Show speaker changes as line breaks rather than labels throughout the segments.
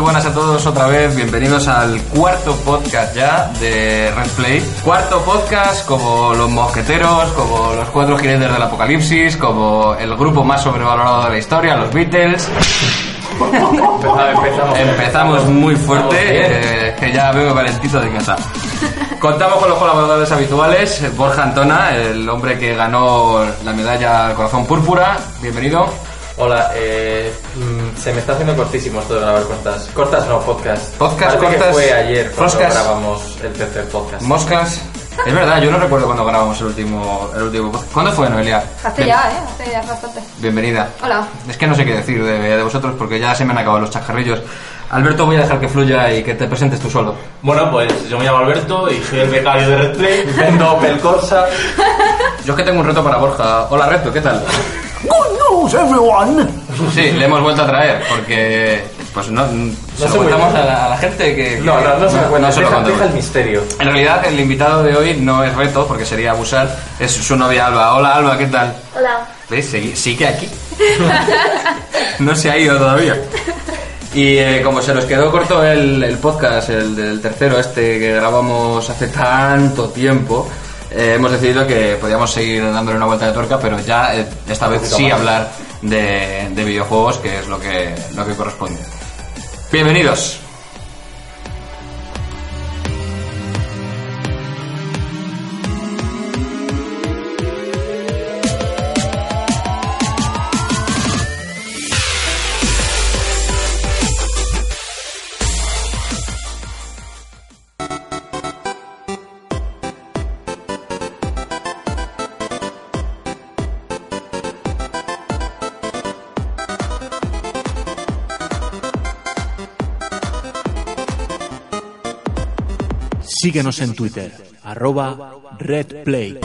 buenas a todos otra vez. Bienvenidos al cuarto podcast ya de Red Play. Cuarto podcast como los mosqueteros, como los cuatro jinetes del apocalipsis, como el grupo más sobrevalorado de la historia, los Beatles.
empezamos. Em,
Empezamos muy fuerte, eh, que ya veo calentito de casa. Contamos con los colaboradores habituales, eh, Borja Antona, el hombre que ganó la medalla al corazón púrpura. Bienvenido.
Hola, eh, mm, se me está haciendo cortísimo esto de grabar cortas. Cortas no, podcast.
Podcast,
Parece que
cortas,
fue ayer cuando
podcast.
grabamos el tercer podcast.
Moscas. Es verdad, yo no recuerdo cuando grabamos el último, el último podcast. ¿Cuándo fue, Noelia?
Hace
Bien-
ya, ¿eh? Hace ya bastante.
Bienvenida.
Hola.
Es que no sé qué decir de, de vosotros porque ya se me han acabado los chajarrillos. Alberto, voy a dejar que fluya y que te presentes tú solo.
Bueno, pues yo me llamo Alberto y soy el becario de Red Play, vendo Opel Corsa.
Yo es que tengo un reto para Borja. Hola, reto, ¿qué tal? Sí, le hemos vuelto a traer porque. Pues no. se lo
sé muy
contamos
bien.
a la, a la gente que.
No,
que-
no, no se me cuenta.
se lo
deja,
contamos.
deja el misterio.
En realidad, el invitado de hoy no es reto porque sería abusar. Es su novia Alba. Hola, Alba, ¿qué tal?
Hola.
¿Ves? Sigue, sigue aquí. no se ha ido todavía. Y eh, como se nos quedó corto el, el podcast, el del tercero este que grabamos hace tanto tiempo, eh, hemos decidido que podíamos seguir dándole una vuelta de tuerca, pero ya eh, esta vez sí hablar de, de videojuegos, que es lo que, lo que corresponde. Bienvenidos.
Síguenos en Twitter, arroba RedPlay.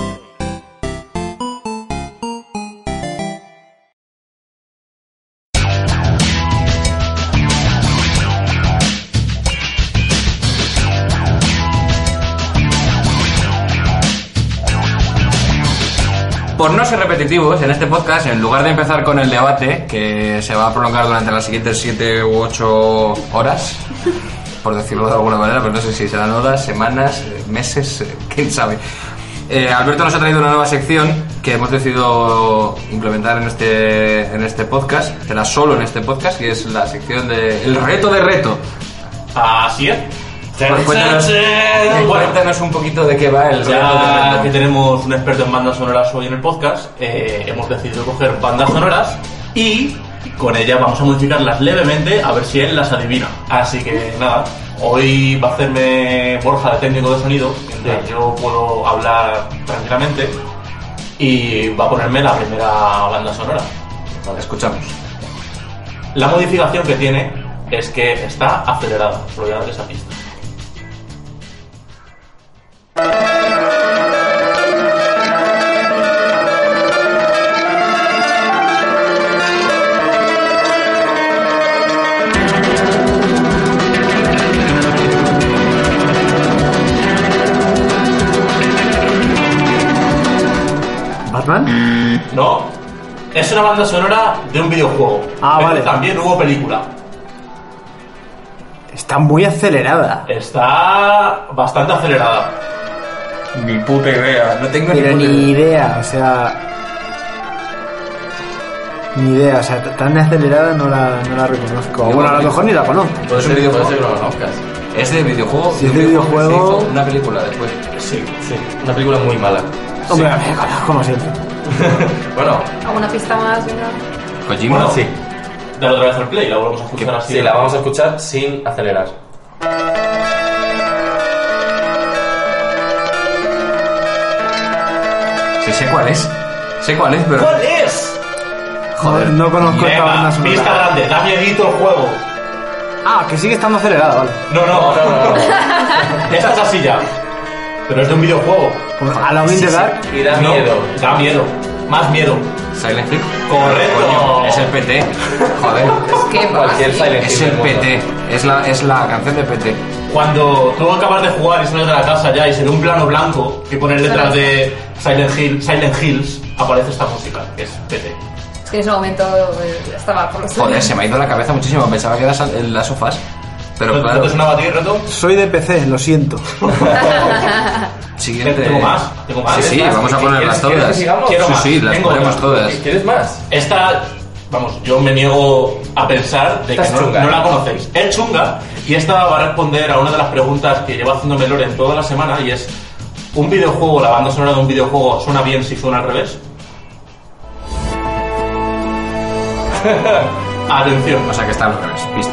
Por no ser repetitivos, en este podcast, en lugar de empezar con el debate, que se va a prolongar durante las siguientes 7 u 8 horas, por decirlo de alguna manera, pero no sé si serán horas, semanas, eh, meses, eh, quién sabe. Eh, Alberto nos ha traído una nueva sección que hemos decidido implementar en este, en este podcast, será solo en este podcast, que es la sección de El reto de reto.
Así es.
Pues cuéntanos, eh,
Bueno,
cuéntanos un poquito de qué va el reto de
ya
reto.
que tenemos un experto en bandas sonoras hoy en el podcast, eh, hemos decidido coger bandas sonoras y con ella vamos a modificarlas levemente a ver si él las adivina. Así que nada, hoy va a hacerme Borja de técnico de sonido, mientras yo puedo hablar tranquilamente y va a ponerme la primera banda sonora.
Vale, escuchamos.
La modificación que tiene es que está acelerada. Os lo voy a dar esa pista.
¿Batman?
No, es una banda sonora de un videojuego.
Ah,
pero
vale.
También hubo película.
Está muy acelerada.
Está bastante acelerada.
Mi puta idea, no tengo
Pero ni idea, o sea. Ni idea, o sea, t- tan acelerada no la, no la reconozco.
Yo
Bueno, a lo
tampoco.
mejor ni la conozco.
Puede ser,
Puede
videojuego.
ser que lo conozcas.
Es de videojuego.
Si
un
es de
que se
videojuego-
hizo Una película después.
Sí, sí.
Una película muy mala.
Hombre, me conozco como siempre.
Bueno,
¿Alguna pista más? Una...
Kojima.
Bueno, sí. Dale otra vez al play, la volvemos a escuchar así.
sí, la vamos a escuchar sin acelerar.
Sí, sé cuál es. Sé cuál es, pero.
¿Cuál es?
Joder.
No conozco esta banda
Venga, pista
sonora.
grande, da miedito el juego.
Ah, que sigue estando acelerada, vale.
No, no, no, no. Esta es así ya. Pero es de un videojuego.
Como Alone in the Dark.
Y da
No,
miedo.
Da miedo. Más miedo.
Silent Hill.
Correcto.
Coño, es el PT. Joder.
¿Qué
Cualquier Silent
Es
Hill
el
del mundo.
PT. Es la, es la canción de PT.
Cuando tú acabas de jugar y sales de la casa ya y se ve un plano blanco que ponen letras de Silent, Hill, Silent Hills, aparece esta música, que es PT.
Es que en ese momento eh, estaba por los
Joder, se me ha ido la cabeza muchísimo. Pensaba que era sal- en las sofás. Pero
¿No- ¿No
claro,
te sonaba a ti, Reto?
Soy de PC, lo siento.
siguiente.
Tengo más, tengo más.
Sí, sí,
¿Quieres
vamos a
más?
ponerlas
¿Quieres- quieres
todas.
que sigamos? Quiero
Sí,
más.
sí, las
Tengo otra.
ponemos todas.
¿Quieres más?
Esta, vamos, yo me niego a pensar de que
Esta es
no,
chunga,
no la
¿eh?
conocéis. Es chunga y esta va a responder a una de las preguntas que lleva haciéndome Loren toda la semana y es, ¿un videojuego, la banda sonora de un videojuego suena bien si suena al revés? Atención.
O sea que está al revés, viste.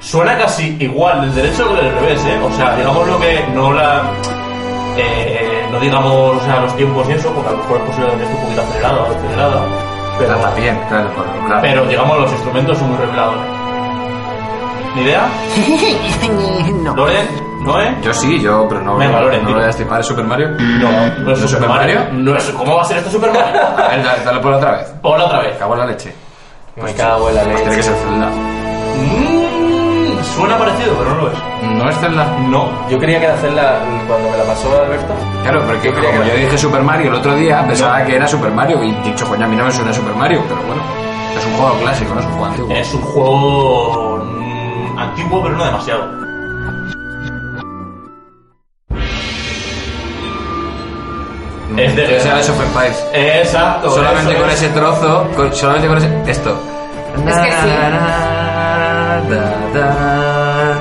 Suena casi igual del derecho que del revés, ¿eh? O sea, digamos lo que no la. eh, no digamos o sea, los tiempos y eso, porque a lo mejor es posible que esté un poquito acelerado o acelerada. Pero,
Pero también, claro, por- claro.
pero digamos los instrumentos son muy reveladores. ¿Ni idea? no. ¿Loren? ¿Noé?
Yo sí, yo, pero no,
Venga, Loren,
no
tira.
voy a destripar ¿Es Super Mario.
Mm. No, no es
¿No es
Super
Super
Mario.
Mario?
No es, ¿Cómo va a ser esto Super Mario?
A ver, dale, dale por otra vez.
Hola otra vez.
Cago en la leche.
Me cago en la leche.
Tiene que ser Zelda.
Mm, suena parecido, pero no lo es.
No es Zelda.
No.
Yo quería que era hacerla cuando me la pasó Alberto.
Claro, porque
Yo creía que
como
era.
yo dije Super Mario el otro día, pensaba
No.
que era Super Mario y dicho, coño, a mí no me suena Super Mario, pero bueno. Es un juego clásico, no es un juego antiguo.
Es un juego mm, antiguo, pero no demasiado. es de-
Es el Super Pies.
Exacto.
Solamente
eso
con
es.
ese trozo, con- solamente con ese. Esto.
Es que sí.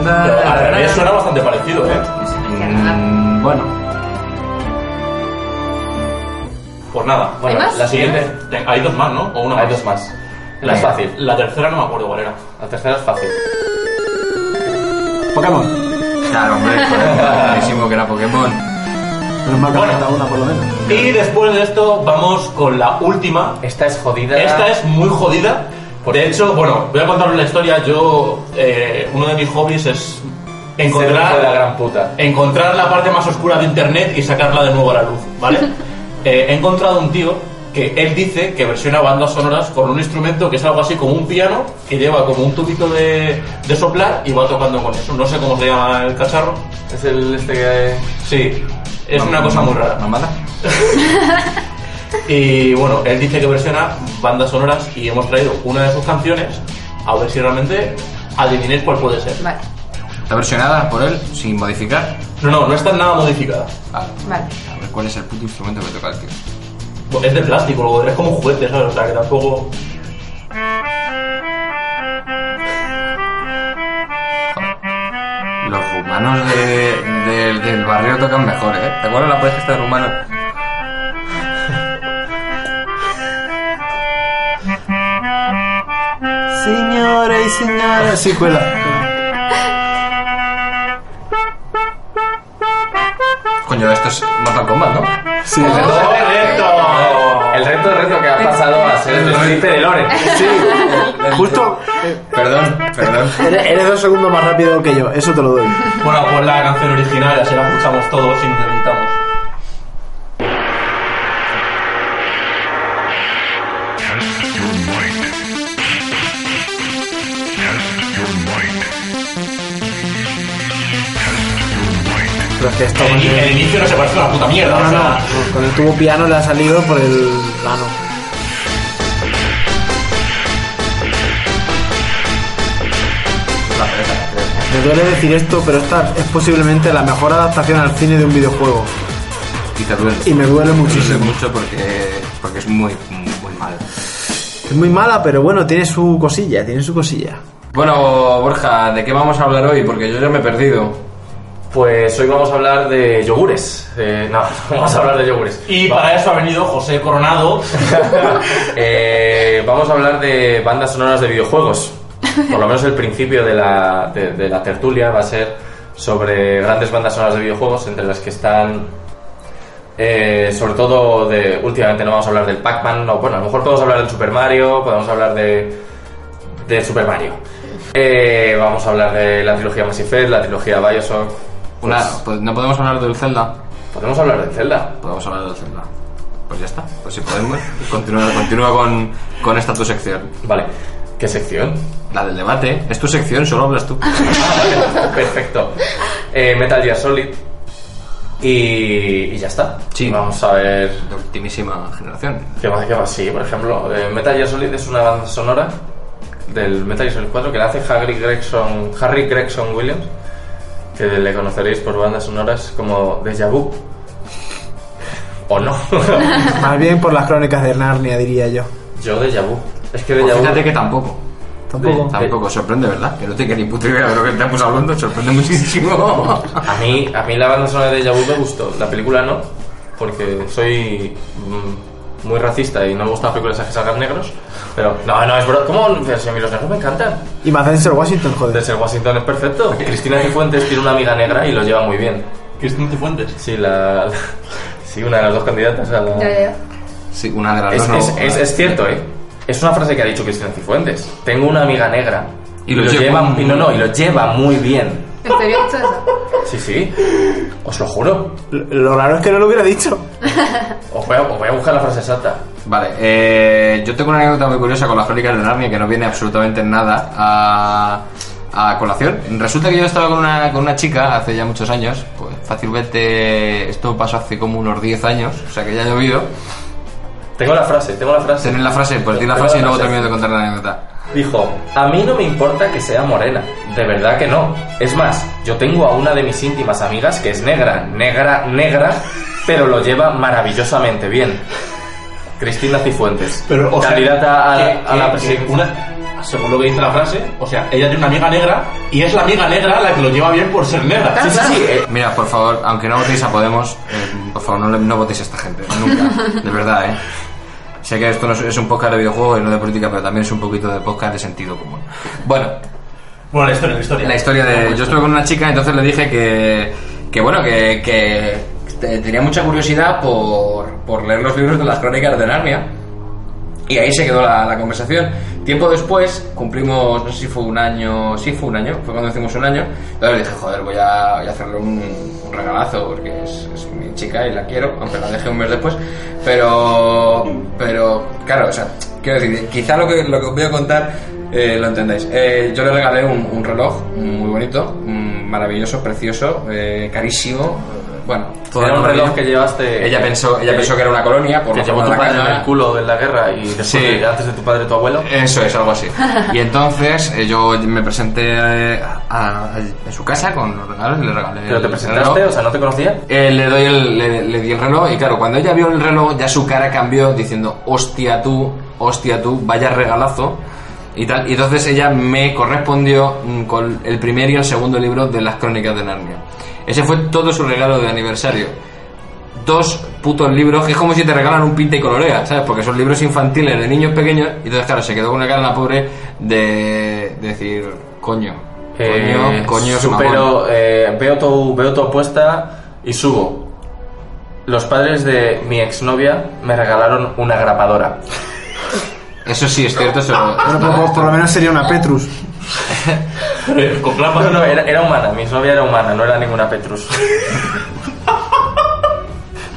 Pero al revés suena bastante parecido, ¿eh?
Mm, Bueno,
Pues nada.
Bueno,
¿Hay más?
la siguiente.
Ten- Hay dos más, ¿no? O una
Hay
más.
dos más. La es
Venga.
fácil.
La tercera no me acuerdo cuál era.
La tercera es fácil.
Pokémon.
claro, hombre, joder, clarísimo que era Pokémon.
Menos mal que
Bueno.
falta una por lo menos.
Y después de esto vamos con la última.
Esta es jodida.
Esta es muy jodida.
Pues
De hecho, bueno, voy a contaros la historia. Yo, eh, uno de mis hobbies es
Ser hijo de la
encontrar
gran puta.
encontrar la parte más oscura de internet y sacarla de nuevo a la luz, ¿vale? Eh, he encontrado un tío que él dice que versiona bandas sonoras con un instrumento que es algo así como un piano que lleva como un tubito de, de soplar y va tocando con eso. No sé cómo se llama el cacharro.
Es el este que.
Sí, es una cosa muy rara.
¿Mamada?
Y bueno, él dice que versiona bandas sonoras y hemos traído una de sus canciones a ver si realmente adivinéis cuál puede ser.
Vale,
Está versionada por él, sin modificar.
No, no, no está nada modificada.
Vale.
vale.
A ver cuál es el puto instrumento que toca el tío.
Bueno, Es de plástico, luego es como un juguete, ¿sabes? O sea, que tampoco...
Los rumanos de, de- del barrio tocan mejor, ¿eh? ¿Te acuerdas la pareja esta de rumano?
Señores y señores. Sí, cuela.
Coño, esto es Mortal Kombat, ¿no?
Sí,
¡Correcto!
El reto de reto que ha pasado a ser el triste de Lore.
sí. Justo. eh,
Perdón, perdón.
Eres, eres dos segundos más rápido que yo, eso te lo doy.
Bueno, pues la canción original, así la escuchamos todos y nos debilitamos.
Pero es que esto
El,
con
ini- el
el,
inicio no se parece a una puta mierda, o
no, no,
sea...
con el tubo piano le ha salido por el plano. Me duele decir esto, pero esta es posiblemente la mejor adaptación al cine de un videojuego.
Y te duele.
Y me duele
Duele
muchísimo.
mucho porque, porque es muy, muy mal.
Es muy mala, pero bueno, tiene su cosilla, tiene su cosilla.
Bueno, Borja, ¿de qué vamos a hablar hoy? Porque yo ya me he perdido.
Pues hoy vamos a hablar de yogures. Eh, no, vamos a hablar de yogures.
Y para eso ha venido José Coronado.
Eh, vamos a hablar de bandas sonoras de videojuegos. Por lo menos el principio de la, de, de la tertulia va a ser sobre grandes bandas sonoras de videojuegos, entre las que están. eh, sobre todo de. Últimamente no vamos a hablar del Pac-Man, no, bueno, a lo mejor podemos hablar del Super Mario, podemos hablar de. de Super Mario. Eh, vamos a hablar de la trilogía Mass Effect, la trilogía Bioshock.
Una,
Pues,
pues no podemos hablar del Zelda.
podemos hablar de Zelda.
Podemos hablar del Zelda. Pues ya está. Pues si podemos, continúa, continúa con, con esta tu sección.
Vale. ¿Qué sección?
La del debate. Es tu sección, solo hablas tú.
Perfecto. Eh, Metal Gear Solid. Y, y ya está.
Sí.
Vamos a ver.
De ultimísima generación.
¿Qué más? ¿Qué más? Sí, por ejemplo, eh, Metal Gear Solid es una banda sonora del Metal Gear Solid 4 que la hace Harry Gregson, Harry Gregson Williams, que le conoceréis por bandas sonoras como Deja Vu. O no.
Más bien por las crónicas de Narnia, diría yo.
Yo Deja Vu. Es que
Pues
Deja Vu.
fíjate que tampoco.
Tampoco.
Sí.
Tampoco, sorprende, ¿verdad? Que no te ni puta idea de lo que estamos hablando, sorprende muchísimo.
A mí, a mí la banda sonora de Deja Vu me gustó. La película no, porque soy mm, muy racista y no me gustan películas en las que salgan negros. Pero, no, no, es verdad. ¿Cómo? Pero si a mí los negros me encantan.
Y más Denzel Washington, joder.
Desde Washington es perfecto. Cristina de Fuentes tiene una amiga negra y lo lleva muy bien.
Cristina Cifuentes.
Sí, la, la- sí una de las dos candidatas. a la- Ah,
Ya, ya.
Sí, una de las
Es,
dos no.
es- es- es cierto, ¿eh? Es una frase que ha dicho Cristina Cifuentes. Tengo una amiga negra.
Y lo lleva muy-
y no, no, y lo lleva muy bien.
¿En serio has dicho eso?
Sí, sí. Os lo juro.
Lo lo raro es que no lo hubiera dicho.
Os voy a, os voy a buscar la frase exacta.
Vale, eh, yo tengo una anécdota muy curiosa con las crónicas de Narnia que no viene absolutamente nada a, a colación. Resulta que yo estaba con una, con una chica hace ya muchos años, pues fácilmente esto pasó hace como unos 10 años, o sea que ya ha llovido.
Tengo la frase, tengo la frase.
Tener la frase, pues di la frase y luego termino de contar la anécdota.
Dijo, a mí no me importa que sea morena, de verdad que no. Es más, yo tengo a una de mis íntimas amigas que es negra, negra, negra, pero lo lleva maravillosamente bien. Cristina Cifuentes,
Pero, o sea,
candidata a,
que-
a la
que- que
presidencia.
una- según lo que dice la frase, o sea, ella tiene una amiga negra y es la amiga negra la que lo lleva bien por ser negra.
Sí, sí, sí, eh,
Mira, por favor, aunque no votéis a Podemos, eh, por favor, no, le- no votéis a esta gente, nunca, de verdad, ¿eh? Sé que esto no es, es un podcast de videojuegos y no de política, pero también es un poquito de podcast de sentido común. Bueno,
Bueno, la historia, la historia.
la historia de... Yo estuve con una chica, entonces le dije que, que bueno, que, que te- tenía mucha curiosidad por, por leer los libros de las crónicas de Narnia. Y ahí se quedó la, la conversación. Tiempo después, cumplimos, no sé si fue un año, sí fue un año, fue cuando hicimos un año. Entonces dije, joder, voy a, voy a hacerle un, un regalazo porque es, es mi chica y la quiero, aunque la dejé un mes después. Pero, pero, claro, o sea, quiero decir, quizá lo que, lo que os voy a contar eh, lo entendáis. Eh, yo le regalé un, un reloj muy bonito, mm, maravilloso, precioso, eh, carísimo. eh, Bueno, todo
Era un
amarillo.
reloj que llevaste.
Ella pensó, ella pensó que era una colonia, por
que
la
llevó
forma
tu
de la
padre en
cámara.
el culo en la guerra y después
Sí.
de- antes de tu padre tu abuelo.
Eso es, algo así. Y entonces eh, yo me presenté eh, a- a- en su casa con los regalos y le regalé.
Pero te
el
presentaste,
reloj.
o sea, no te conocía.
Eh, le, doy el, le, le di el reloj y claro, cuando ella vio el reloj ya su cara cambió diciendo, hostia tú, hostia tú, vaya regalazo. Y, tal. y entonces ella me correspondió mm, con el primer y el segundo libro de las crónicas de Narnia. Ese fue todo su regalo de aniversario. Dos putos libros, que es como si te regalan un pinta y colorea, ¿sabes? Porque son libros infantiles de niños pequeños. Y entonces, claro, se quedó con una cara en la pobre de decir, coño, coño,
Eh,
coño, es mamón.
supero, eh, veo, tu, veo tu apuesta y subo. Los padres de mi exnovia me regalaron una grapadora.
Eso sí es cierto, eso
Bueno, pero por, por lo menos sería una Petrus.
Eh, Con clapas.
No, no, era, era humana, mi exnovia era humana, no era ninguna Petrus.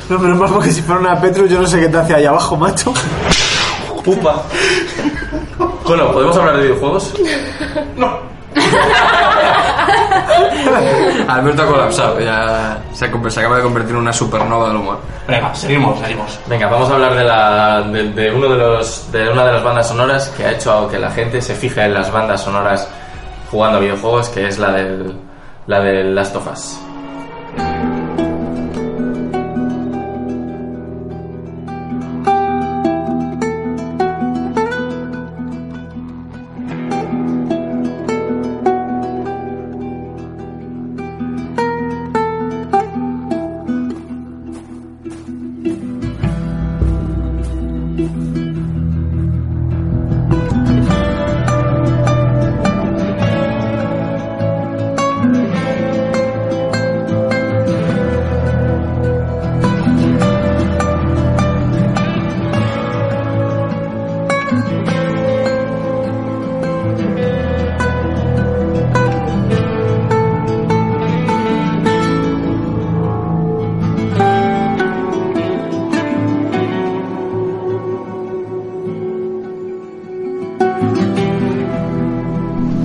No, pero más porque si fuera una Petrus, yo no sé qué te hace ahí abajo, macho.
Pupa. Bueno, ¿podemos hablar de videojuegos?
Alberto ha colapsado, ya se, ha conver- se acaba de convertir en una supernova del humor.
Venga, seguimos, seguimos.
Venga, vamos a hablar de, la, de, de uno de, los, de una de las bandas sonoras que ha hecho que la gente se fije en las bandas sonoras jugando a videojuegos, que es la del, la del Last of Us.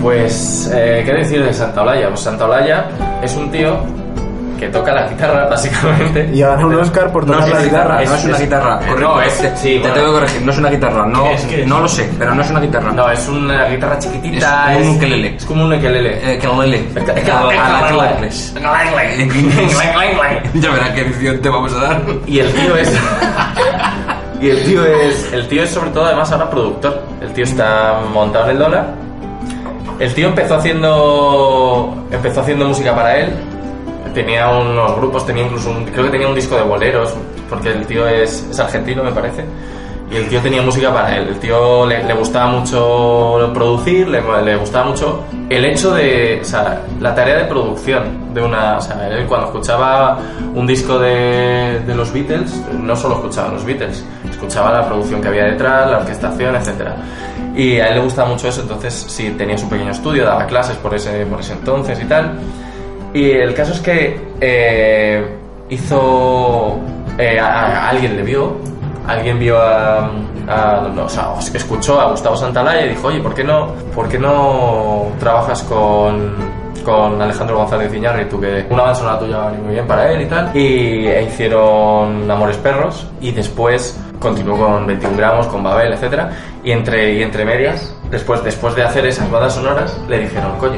Pues, eh, decir de Santa Olaya? Pues Santa Olaya es un tío que toca la guitarra, básicamente.
Y ganó un Oscar por tocar
es
la guitarra.
no es una guitarra,
eh,
correcto.
No, es,
Te-
sí,
te
bueno,
tengo que corregir, no es una guitarra, no,
Es que-
no lo sé, pero no es una guitarra.
no, es una guitarra chiquitita.
Es un ukelele.
Es como un ukelele.
Eh, que lo lele. A la Clarkness. Ya verás qué edición te vamos a dar.
Y el tío es. y el tío es. El tío es sobre todo además ahora productor. El tío está montado en el dólar. El tío empezó haciendo. empezó haciendo música para él. Tenía unos grupos, tenía incluso un. Creo que tenía un disco de boleros, porque el tío es, es argentino, me parece. Y el tío tenía música para él. El tío le, le gustaba mucho producir, le, le gustaba mucho el hecho de. O sea, la tarea de producción de una. O sea, él cuando escuchaba un disco de, de los Beatles, no solo escuchaba los Beatles, escuchaba la producción que había detrás, la orquestación, etcétera Y a él le gustaba mucho eso, entonces sí, tenía su pequeño estudio, daba clases por ese, por ese entonces y tal. Y el caso es que eh, hizo. eh, a, a alguien le vio, alguien vio a. a- no, o sea, os- escuchó a Gustavo Santalaya y dijo: Oye, ¿por qué no, por qué no trabajas con, con Alejandro González Iñárritu? Que una banda sonora tuya va a venir muy bien para él y tal. Y e hicieron Amores Perros y después continuó con 21 gramos, con Babel, etc. Y entre, y entre medias, después, después de hacer esas bandas sonoras, le dijeron: Coño,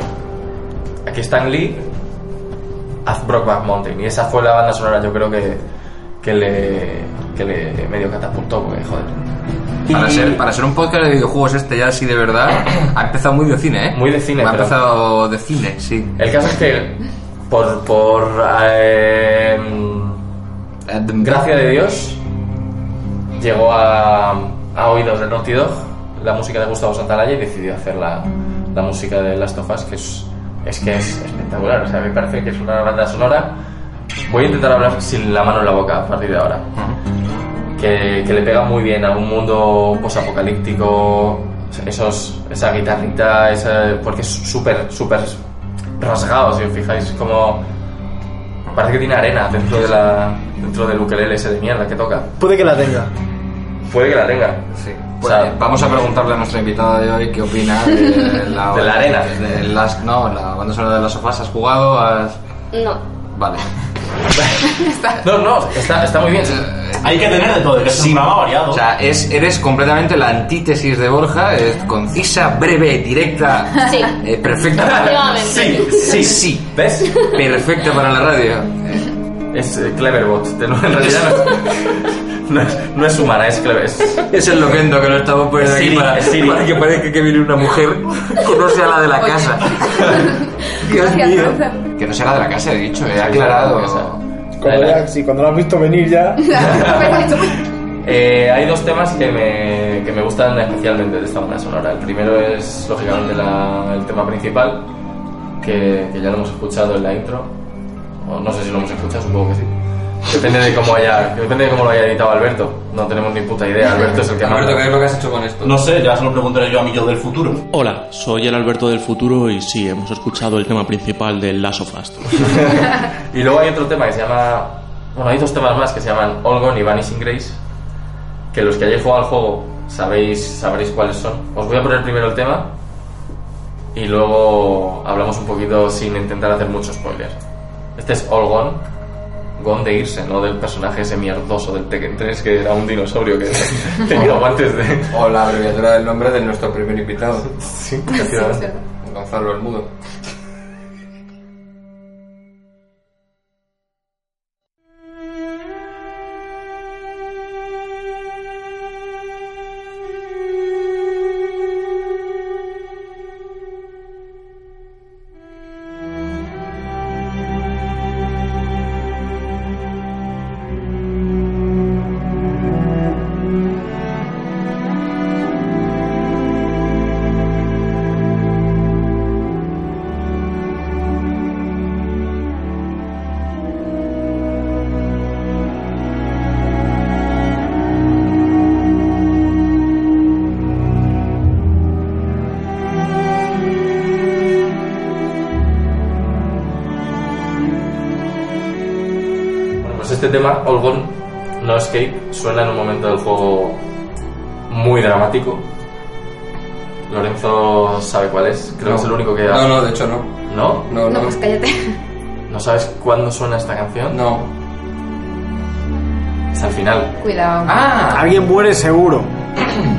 aquí Stan Lee haz Brockback Mountain y esa fue la banda sonora yo creo que que le que le medio catapultó porque joder
Para
Y-
ser, para ser un podcast de videojuegos este ya así de verdad, ha empezado muy de cine, ¿eh?
Muy de cine,
Ha
pero-
empezado de cine, sí.
el caso es que por por eh, gracia de Dios, llegó a, a oídos de Naughty Dog la música de Gustavo Santalaya y decidió hacer la, la música de Last of Us, que es, es que es espectacular. O sea, me parece que es una banda sonora. Voy a intentar hablar sin la mano en la boca a partir de ahora. que, que le pega muy bien a un mundo posapocalíptico, esos, esa guitarrita, esa- porque es súper, súper rasgado, si os fijáis, como... Parece que tiene arena dentro, de la, dentro del ukelele ese de mierda que toca.
Puede que la tenga.
Puede que la tenga.
Sí.
O sea,
Pues, vamos a preguntarle a nuestra invitada de hoy qué opina de la,
De la arena.
de las, no, la banda sonora de las sofás. ¿Has jugado? ¿Has-
No.
Vale.
No, no, está, está muy bien.
Hay que tener de todo, que es un
Sí.
programa variado.
O sea, es, eres completamente la antítesis de Borja, es concisa, breve, directa,
Sí.
eh, perfecta. para-
Efectivamente.
sí, sí,
¿Ves?
perfecta para la radio. Eh,
Es eh, Cleverbot. te lo- En realidad no es, no es, no es humana, es Clever. es-
Es el loquendo que lo estamos poniendo aquí
Siri,
para,
es Siri.
para que parezca que viene una mujer que no sea la de la
Oye.
casa. Dios
Gracias,
mío.
Rosa.
Que no sea la de la casa, he dicho, he
Sí,
aclarado.
la de la casa.
Cuando ya- sí, cuando lo has visto venir ya.
Eh, hay dos temas que me, que me gustan especialmente de esta banda sonora. El primero es, lógicamente, la- el tema principal, que, que ya lo hemos escuchado en la intro. O no sé si lo hemos escuchado, supongo que sí. Depende de cómo, haya, depende de cómo lo haya editado Alberto. No tenemos ni puta idea. Alberto es el que
Alberto, ¿qué
manda.
es lo que has hecho con esto?
no sé, ya se lo preguntaré yo a mi yo del futuro.
Hola, soy el Alberto del futuro y sí, hemos escuchado el tema principal del Last of Us.
Y luego hay otro tema que se llama. Bueno, hay dos temas más que se llaman All Gone y Vanishing Grace. Que los que hayáis jugado al juego sabéis, sabréis cuáles son. Os voy a poner primero el tema. Y luego hablamos un poquito sin intentar hacer mucho spoiler. Este es All Gone. Gone de irse, ¿no? Del personaje ese mierdoso del Tekken 3 que era un dinosaurio que tenía guantes de.
O la abreviatura del nombre de nuestro primer invitado,
Sí, efectivamente.
Gonzalo el Mudo.
Bueno, pues este tema, All Gone, No Escape, suena en un momento del juego muy dramático. Lorenzo sabe cuál es, creo que es el único que ha...
No, no, de hecho no.
¿No?
No,
No,
no.
pues cállate.
¿No sabes cuándo suena esta canción?
No.
Es al final.
Cuidado.
Ah,
Alguien muere seguro.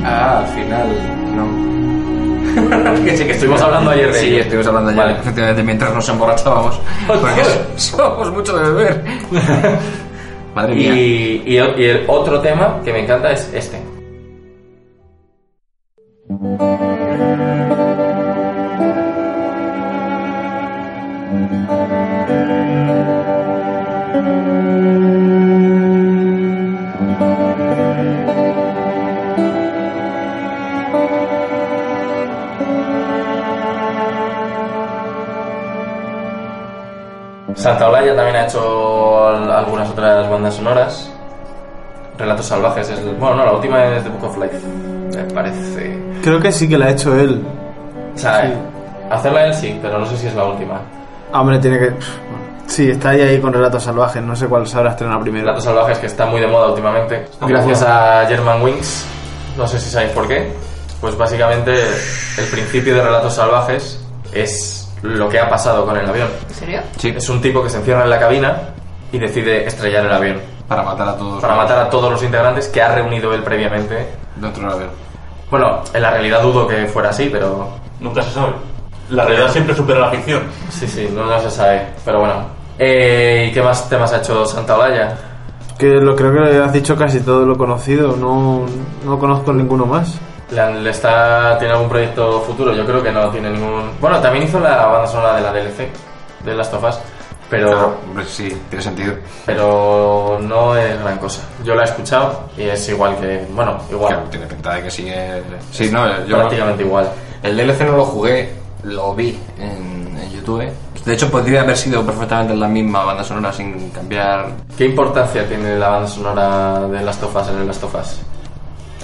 ah, al final. No. que sí, que
estuvimos hablando ayer de
Sí,
ello.
estuvimos hablando ayer,
Vale.
efectivamente, mientras nos emborrachábamos. Porque somos mucho de beber. Madre
Y,
mía.
y el, y el otro tema que me encanta es este. Santa Olaya también ha hecho al- algunas otras bandas sonoras. Relatos salvajes es. Bueno, no, la última es The Book of Life. Me parece.
Creo que sí que la ha hecho él.
O sea, hacerla él sí, pero no sé si es la última.
Ah, Hombre, tiene que. Sí, está ahí, ahí con relatos salvajes. No sé cuál se habrá estrenado primero.
Relatos salvajes que está muy de moda últimamente. Gracias a German Wings. No sé si sabéis por qué. Pues básicamente el principio de Relatos salvajes es lo que ha pasado con el avión.
¿En serio?
Sí,
Es un tipo que se encierra en la cabina y decide estrellar el avión
para matar a todos.
para matar a todos los integrantes que ha reunido él previamente.
De otro lado.
Bueno, en la realidad dudo que fuera así, pero
Nunca se sabe. La realidad siempre supera la ficción.
sí, sí, no, no se sabe. Pero bueno. Eh, ¿Y qué más temas ha hecho Santa Olaya?
Que lo creo que has dicho casi todo lo conocido. No, no conozco ninguno más.
Le han- le está, ¿Tiene algún proyecto futuro? Yo creo que no tiene ningún... Bueno, también hizo la banda sonora de la DLC, de Last of Us, pero,
Hombre, sí, tiene sentido.
pero no es gran cosa. Yo la he escuchado y es igual que... Bueno, igual,
Claro, tiene pinta de que sí. eh, Sí, no, yo.
prácticamente igual.
El DLC no lo jugué, lo vi en, en YouTube. De hecho, podría haber sido perfectamente la misma banda sonora sin cambiar.
¿Qué importancia tiene la banda sonora de Last of Us en el Last of Us?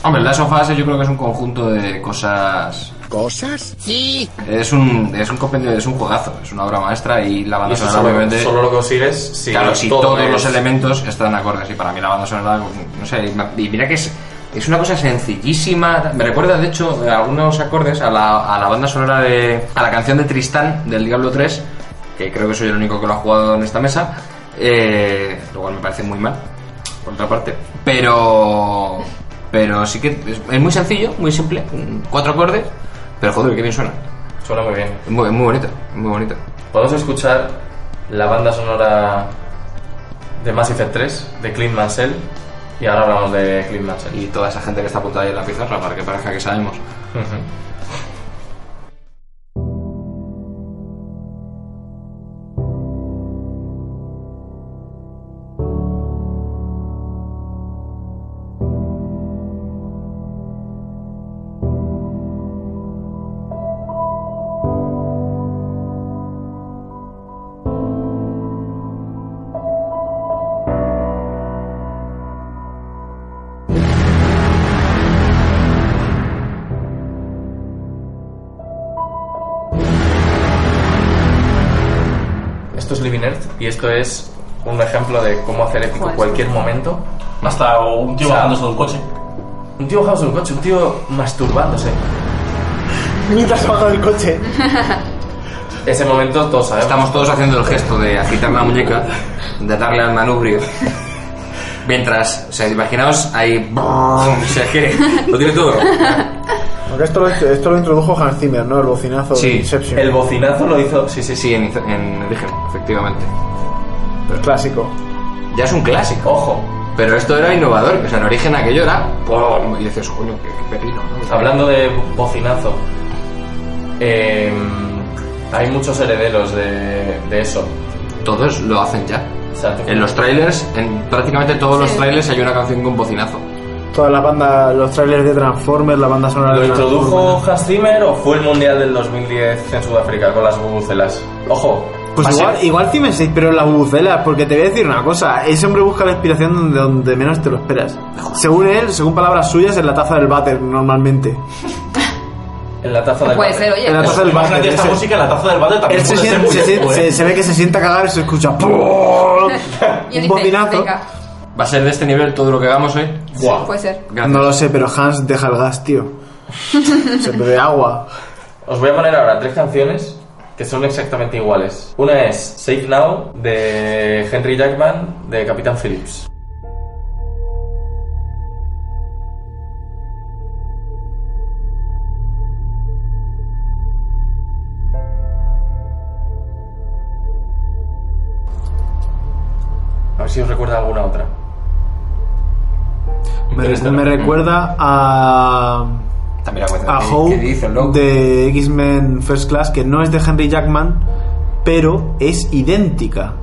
Hombre, Last of Us yo creo que es un conjunto de cosas.
¿Cosas? Sí.
Es un, es un compendio, es un juegazo, es una obra maestra y la
Y
banda
eso
sonora,
solo,
obviamente.
solo lo consigues si,
claro, si
todo
todos
es-
los elementos están acordes. Y para mí la banda sonora, no sé, y ma- y mira que es, es una cosa sencillísima. Me recuerda, de hecho, de algunos acordes a la, a la banda sonora de. a la canción de Tristán del Diablo 3, que creo que soy el único que lo ha jugado en esta mesa. Eh, lo cual me parece muy mal, por otra parte. Pero. Pero sí que es, es muy sencillo, muy simple, cuatro acordes, pero joder, que bien suena.
Suena muy bien.
Es muy, muy bonito, muy bonito.
Podemos escuchar la banda sonora de Mass Effect 3 de Clint Mansell y ahora hablamos de Clint Mansell.
Y toda esa gente que está apuntada ahí en la pizarra para que parezca que sabemos.
Ujú. Esto es Living Earth y esto es un ejemplo de cómo hacer épico
Joder.
cualquier momento.
Hasta un tío
O sea,
bajándose de un coche.
Un tío bajándose de un coche, un tío masturbándose.
Mientras baja del coche.
Ese momento todos sabemos.
Estamos todos haciendo el gesto de agitar la muñeca, de darle al manubrio. Mientras, o sea, imaginaos ahí. O sea, es que lo tiene todo.
Porque esto lo, esto lo introdujo Hans Zimmer, ¿no? El bocinazo
Sí,
de Inception.
El bocinazo lo hizo. Sí,
Sí,
sí, sí.
sí, en, en origen, efectivamente.
clásico.
Ya es un clásico,
Ojo.
pero esto era innovador. O sea, en origen aquello era. ¡pum! Y dices, coño, qué, qué pepino, ¿no?
Hablando de bocinazo, eh, hay muchos herederos de, de eso.
Todos lo hacen ya.
O sea, tú-
En los trailers, en prácticamente todos los
Sí.
trailers hay una canción con bocinazo.
Todas las bandas, los trailers de Transformers, la banda sonora
¿Lo
de
introdujo
Transformers.
Hans Zimmer o fue el mundial del 2010 en Sudáfrica con las bubucelas? Ojo,
Pues
así-
igual, igual Zimmer sí, pero la bubucela, porque te voy a decir una cosa, ese hombre busca la inspiración donde, donde menos te lo esperas. Según él, según palabras suyas, en la taza del váter, normalmente.
en la taza del
Puede
café.
ser, oye.
En
Pues
la taza del váter.
Imagínate esta
ese-
música en la taza del váter también
Él se,
puede ser
siente-
muy
se siente-
épico, ¿eh?
se- se ve que se sienta a cagar y se escucha ¡pum!
Y él
un
dice,
bocinazo.
venga,
Va a ser de este nivel todo lo que hagamos hoy.
Buah.
puede ser.
Gracias.
No lo sé, pero Hans deja el gas, tío. Se bebe agua.
Os voy a poner ahora tres canciones que son exactamente iguales. Una es Safe Now de Henry Jackman de Capitán Phillips. A ver si os recuerda alguna otra.
Me, me recuerda a.
También la cuenta.
A
¿Qué-
Hope
¿Qué dice el loco?
de X-Men First Class, que no es de Henry Jackman, pero es idéntica.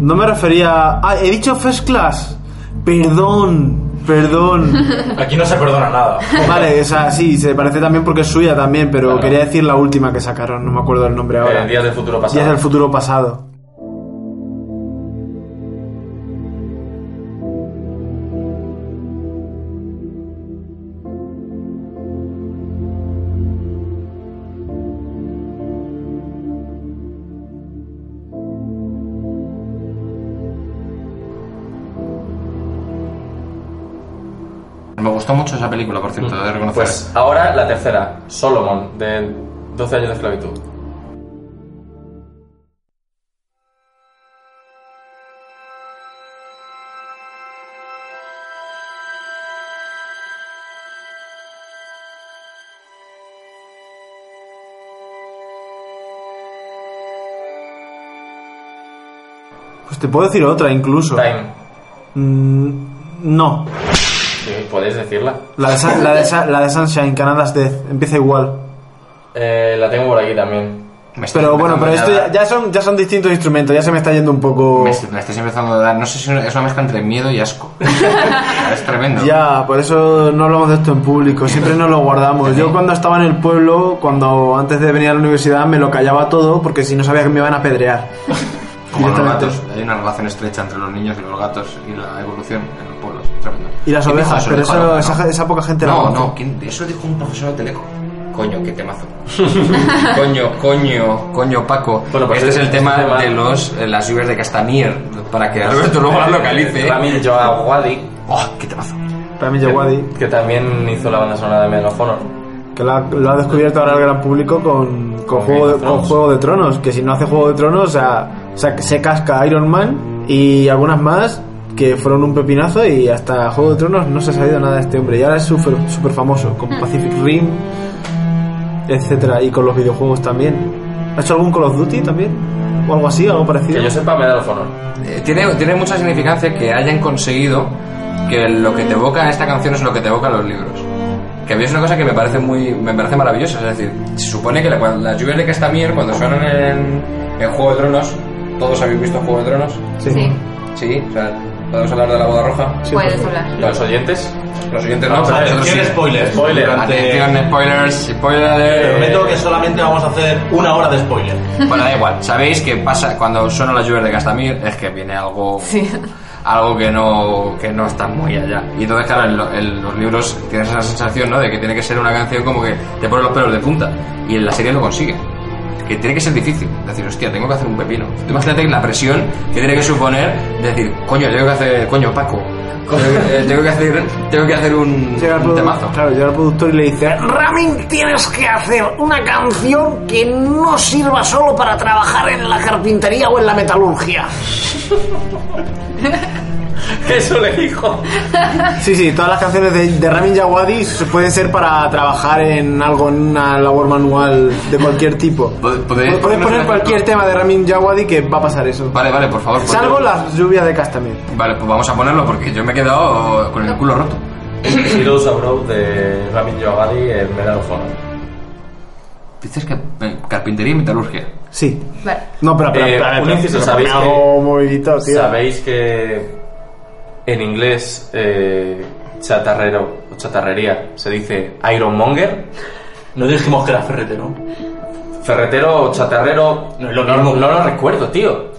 No me refería. Ah, he dicho first class. Perdón, perdón.
Aquí no se perdona nada.
Vale, o sea, sí, se parece también porque es suya también, pero
Claro.
quería decir la última que sacaron, no me acuerdo el nombre ahora.
Eh, Días del futuro pasado.
Días del futuro pasado.
Me gustó mucho esa película, por cierto,
Mm.
de reconocer.
Pues ahora la tercera, Solomon, de 12 años de esclavitud.
Pues te puedo decir otra incluso.
Time.
Mm, no,
Sí, podéis decirla.
la de, Sun- la de Sun- la de Sunshine, Canadas Death, empieza igual.
Eh, la tengo por aquí también.
Me estoy
Pero bueno,
empezando
pero
a
esto
dar-
ya, ya son, ya son distintos instrumentos, ya se me está yendo un poco...
Me, estoy- me estás empezando a dar. No sé si es una mezcla entre miedo y asco. es tremendo.
Ya, por eso no hablamos de esto en público, siempre nos lo guardamos. Yo cuando estaba en el pueblo, cuando antes de venir a la universidad, me lo callaba todo porque si no sabía que me iban a pedrear.
Como los
Directamente.
gatos, hay una relación estrecha entre los niños y los gatos y la evolución en los pueblos. Tremendo.
Y las
¿Quién dijo
ovejas, pero
Dijo
eso-
Loca, ¿no?
esa- esa poca gente la
No,
conoce.
no, ¿quién- eso dijo un profesor de Teleco. Coño, qué temazo. coño, coño, coño, Paco.
Bueno, pues
este es
este-
el tema
este tema-
de los, eh, las lluvias de Castanier, para que Alberto luego las localice. ¿eh?
Ramil Joao Wadi,
¡Oh, qué temazo!
Para mí Yawadi,
que también hizo la banda sonora de Men of Honor.
que la- lo ha descubierto ahora el gran público con, con
Con
juego,
Game
de,
of
con
Thrones.
Juego de Tronos, que si no hace Juego de Tronos, o sea, o sea, que se casca Iron Man y algunas más que fueron un pepinazo y hasta Juego de Tronos no se ha sabido nada de este hombre y ahora es súper súper famoso con Pacific Rim, etcétera y con los videojuegos también. ¿Ha hecho algún Call of Duty también? ¿O algo así, algo parecido?
Que yo sepa, Medal of Honor.
Eh, tiene, tiene mucha significancia que hayan conseguido que lo que te evoca esta canción es lo que te evoca los libros. Que a mí es una cosa que me parece muy me parece maravillosa. Es decir, se supone que la- cuando- las lluvias de Castamier, cuando suenan en, en Juego de Tronos, todos habéis visto Juego de Tronos,
Sí.
Sí,
¿sí? O sea, podemos hablar de la boda roja.
Sí,
puedes
por
hablar.
Los oyentes.
Los oyentes no,
Vamos
pero
a ver,
nosotros
¿quién
sí.
spoiler?
Spoiler,
Durante...
Atención, spoilers, spoiler.
Prometo que solamente vamos a hacer una hora de spoiler.
Bueno, da igual. Sabéis que pasa cuando suenan las lluvias de Castamir es que viene algo,
Sí.
algo que no, que no está muy allá. Y entonces, claro, en, lo- en los libros tienes esa sensación, ¿no? De que tiene que ser una canción como que te pone los pelos de punta. Y en la serie lo consigue. Que tiene que ser difícil. Decir, hostia, tengo que hacer un pepino. Tú imagínate la presión que tiene que suponer decir, coño, tengo que hacer, coño, Paco. coño, eh, tengo que hacer, tengo que hacer un,
Llega el
un
produ-
temazo.
Claro, llega el productor y le dice,
Ramin, tienes que hacer una canción que no sirva solo para trabajar en la carpintería o en la metalurgia.
Eso le dijo.
Sí, sí, todas las canciones de, de Ramin Djawadi pueden ser para trabajar en algo, en una labor manual de cualquier tipo.
Pod-
Puedes
podéis-
poner cualquier tema de Ramin Djawadi que va a pasar eso.
Vale, vale, por favor. ponlo.
Salvo las lluvias de Castamir.
Vale, pues vamos a ponerlo porque yo me he quedado con el culo roto.
Heroes Abroad de Ramin Joagadi en Medal of Honor.
Dices que eh, carpintería y metalurgia.
Sí.
Vale.
No, pero, pero,
Eh,
pero,
un
pero-
inciso,
pero
¿sabéis
me hago movidito, tío.
Sabéis que en inglés eh, chatarrero o chatarrería se dice ironmonger,
No dijimos que era ferretero.
ferretero o chatarrero.
No es lo
no,
mismo.
no lo recuerdo, tío.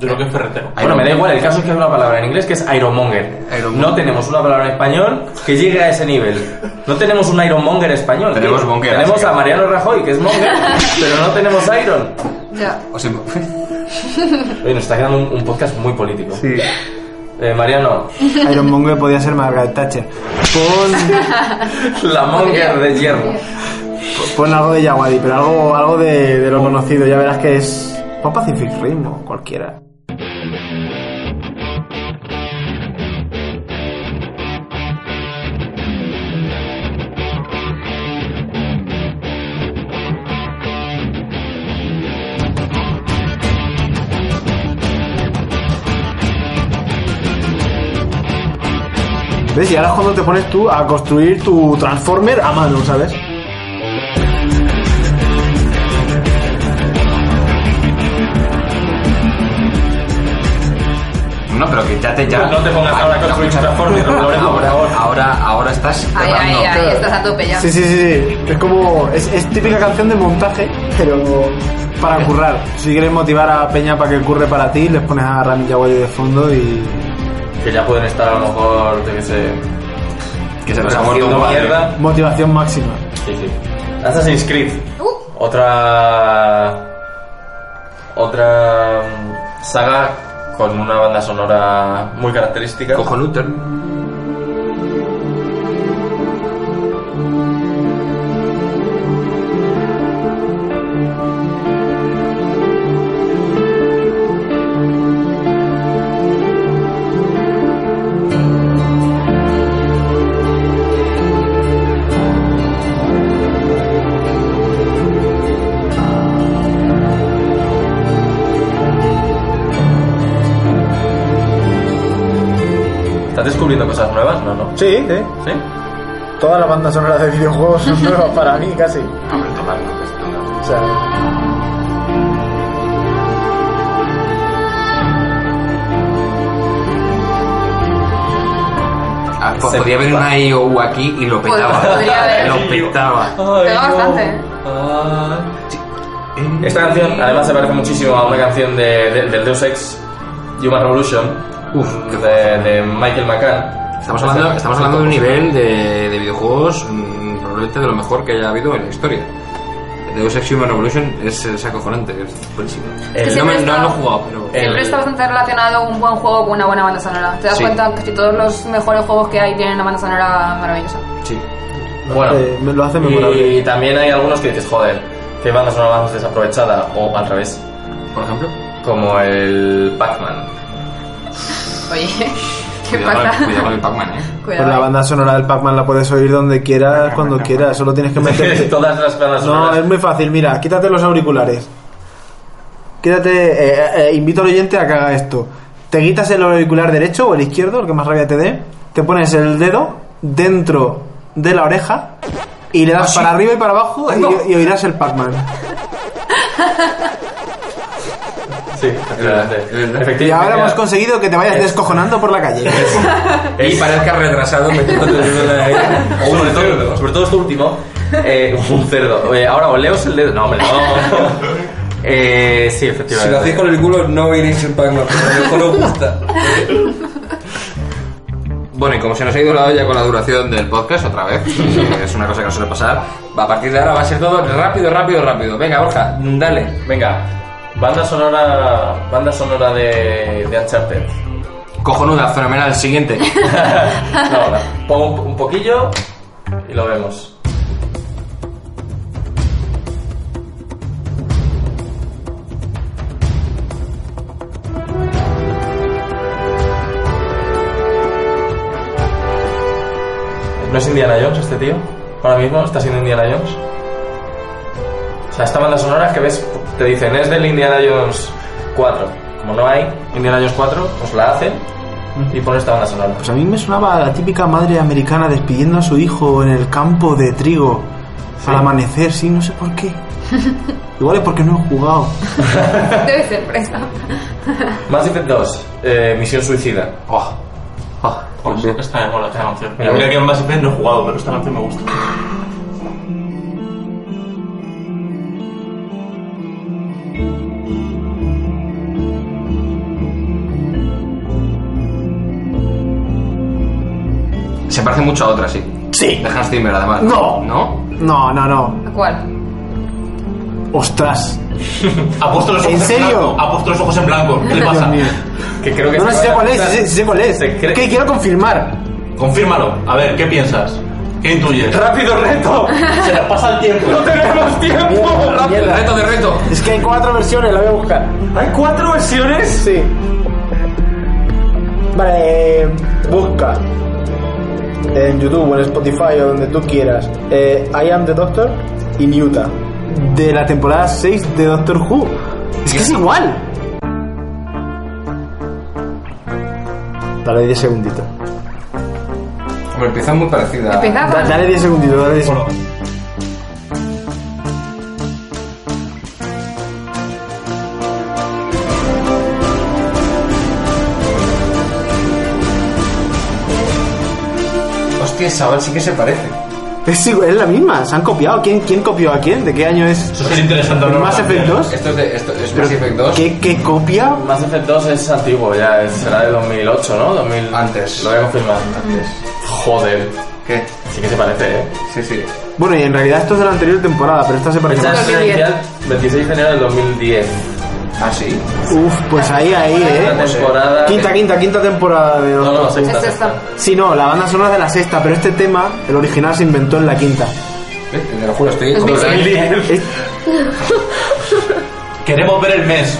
Yo creo que es ferretero.
Bueno, me da igual, el caso es que hay una palabra en inglés que es Ironmonger.
Ironmonger.
No tenemos una palabra en español que llegue a ese nivel. No tenemos un Ironmonger español.
Tenemos
tío.
monger, así
Tenemos
que-
a Mariano Rajoy, que es Monger, pero no tenemos Iron.
Ya.
O sea,
Oye, nos está quedando un, un podcast muy político.
Sí.
Eh, Mariano,
Iron Monger podía ser Margaret Thatcher. Pon,
la Monger de hierro.
pon algo de Yaguadi, pero algo, algo de, de lo conocido. Ya verás que es. Pon Pacific Rim o cualquiera. ¿Ves? Y ahora es cuando te pones tú a construir tu Transformer a mano, ¿sabes?
no, pero quítate ya.
No te pongas
Vale,
ahora a
no,
construir
escucha.
Transformers, Lorenzo, por
Ahora,
favor.
ahora, ahora estás
Ahí, ahí,
cerrando.
ahí, estás a tope ya.
Sí, sí, sí, sí. Es como. Es, es típica canción de montaje, pero para currar. Si quieres motivar a Peña para que curre para ti, les pones a Rami Yaguayo de fondo y.
Que ya pueden estar a lo mejor, yo qué sé,
Que se nos ha muerto
haciendo
un padre.
mierda.
Motivación máxima.
Sí, sí. Assassin's Creed.
Uh.
Otra. Otra mm, saga con una banda sonora muy característica.
Cojonuter.
¿Estás descubriendo cosas nuevas? No, no.
Sí, sí.
¿Sí?
Todas las bandas sonoras de videojuegos son nuevas para mí, casi.
Hombre, total, no, que esto no.
O sea.
Ah, po-
Se
podría haber
flipa.
una IOU aquí y lo petaba.
Pues Podría haber.
Lo petaba.
Pega bastante.
Mm.
Esta canción además se parece muchísimo a una canción de, de- del Deus Ex Human Revolution
Uf, qué
de, de Michael McCann.
Estamos hablando, estamos hablando de un nivel de, de videojuegos mm, probablemente de lo mejor que haya habido en la historia. Deus Ex Human Revolution es, es acojonante, es buenísimo.
El-
no, me- no
está-
lo he jugado, pero...
El-
Siempre está bastante relacionado un buen juego con una buena banda sonora. Te das
Sí.
cuenta que casi todos los mejores juegos que hay tienen una banda sonora maravillosa.
Sí.
Bueno,
eh, me lo hace memorable.
y también hay algunos que dices, joder, qué banda sonora más desaprovechada, o al revés,
Por ejemplo.
como el Pac-Man.
Oye, ¿qué
cuidado,
pasa?
Con, cuidado con el Pac-Man, eh.
Pues la
Cuidado.
banda sonora del Pac-Man la puedes oír donde quieras, cuando quieras. Solo tienes que meterte.
Todas las bandas
No,
sonoras.
es muy fácil. Mira, quítate los auriculares. Quítate. eh, eh, invito al oyente a que haga esto. Te quitas el auricular derecho o el izquierdo, el que más rabia te dé. Te pones el dedo dentro de la oreja y le das para arriba y para abajo y- y, oirás el Pac-Man.
Sí, efectivamente.
Es verdad.
Efectivamente.
Y ahora hemos conseguido que te vayas descojonando por la calle.
Y parezca retrasado metiéndote en la
O sobre, todo, sobre todo esto último, eh, un cerdo. Eh, ahora oleos el dedo. No, hombre, no. Eh, sí, efectivamente.
con el culo no oiréis el Pac-Man, pero os gusta. Bueno, y como se nos ha ido la olla con la duración del podcast otra vez, que es una cosa que nos suele pasar, a partir de ahora va a ser todo rápido, rápido, rápido. Venga, Borja, dale.
Venga, banda sonora, banda sonora de, de Uncharted.
Cojonuda, fenomenal, siguiente.
No, no, pongo un, un poquillo y lo vemos. ¿No es Indiana Jones este tío? Ahora mismo está siendo Indiana Jones. O sea, esta banda sonora que ves, te dicen, es del Indiana Jones 4. Como no hay Indiana Jones 4, pues la hacen y ponen esta banda sonora.
Pues a mí me sonaba la típica madre americana despidiendo a su hijo en el campo de trigo al amanecer, sí, no sé por qué. Igual es porque no he jugado.
Debe ser por eso.
Mass Effect 2, eh, Misión Suicida.
Oh, oh,
Pues
Dios.
esta me mola, esta canción.
Mira,
Mira, mira que en Mass Effect no he jugado, pero esta canción me gusta.
Se parece mucho a otra, sí.
Sí.
De Hans Zimmer, además.
No.
¿No?
No, no, no.
¿A cuál?
Ostras.
Ha puesto los
¿En
ojos
serio?
blanco. Ha puesto los ojos en blanco. ¿Qué le
Dios
pasa?
mío.
Que creo que
No, no,
se
si sé
va a
cuál es,
lanzar.
si sé- si sé cuál es.
Se cree-
Que quiero confirmar.
Confírmalo. A ver, ¿qué piensas? ¿Qué intuyes?
¡Rápido reto!
Se nos pasa el tiempo.
¡Tenemos tiempo!
Mierda, mierda.
Reto de reto.
Es que hay cuatro versiones, la voy a buscar.
¿Hay cuatro versiones?
Sí. Vale, eh, busca en YouTube o en Spotify o donde tú quieras. eh, I am the Doctor in Utah. De la temporada 6 de Doctor Who. Es que es igual. Dale 10 segunditos.
Hombre, empieza muy parecida.
Venga,
Da- dale 10 segunditos, dale 10 segunditos.
Hostia, esa van sí que se parece.
Es, igual, es la misma, se han copiado. ¿Quién, ¿Quién copió a quién? ¿De qué año es?
Eso es interesante.
¿El
hablarlo
Mass
también.
Effect 2?
Esto es, de, esto es
Pero,
Mass Effect 2.
¿Qué, qué copia?
Mass Effect 2 es antiguo, ya es- será de 2008, ¿no? 2000...
Antes.
Lo voy a confirmar.
Antes.
Joder,
¿Qué?
sí que se parece, ¿eh?
Sí, sí.
Bueno, y en realidad esto es de la anterior temporada, pero esta se parece
Fecha
más.
de estreno
2010.
inicial, 26 de enero del 2010.
Ah, sí.
Uf, pues ahí, ahí,
La
eh.
temporada...
Quinta, quinta, quinta temporada de
No,
Doctor
no,
Who.
sexta.
Es esta.
Sí, no, la banda sonora es de la sexta, pero este tema, el original, se inventó en la quinta.
Eh, Te lo juro, estoy.
Es mi
completamente-
Es-
Queremos ver el mes.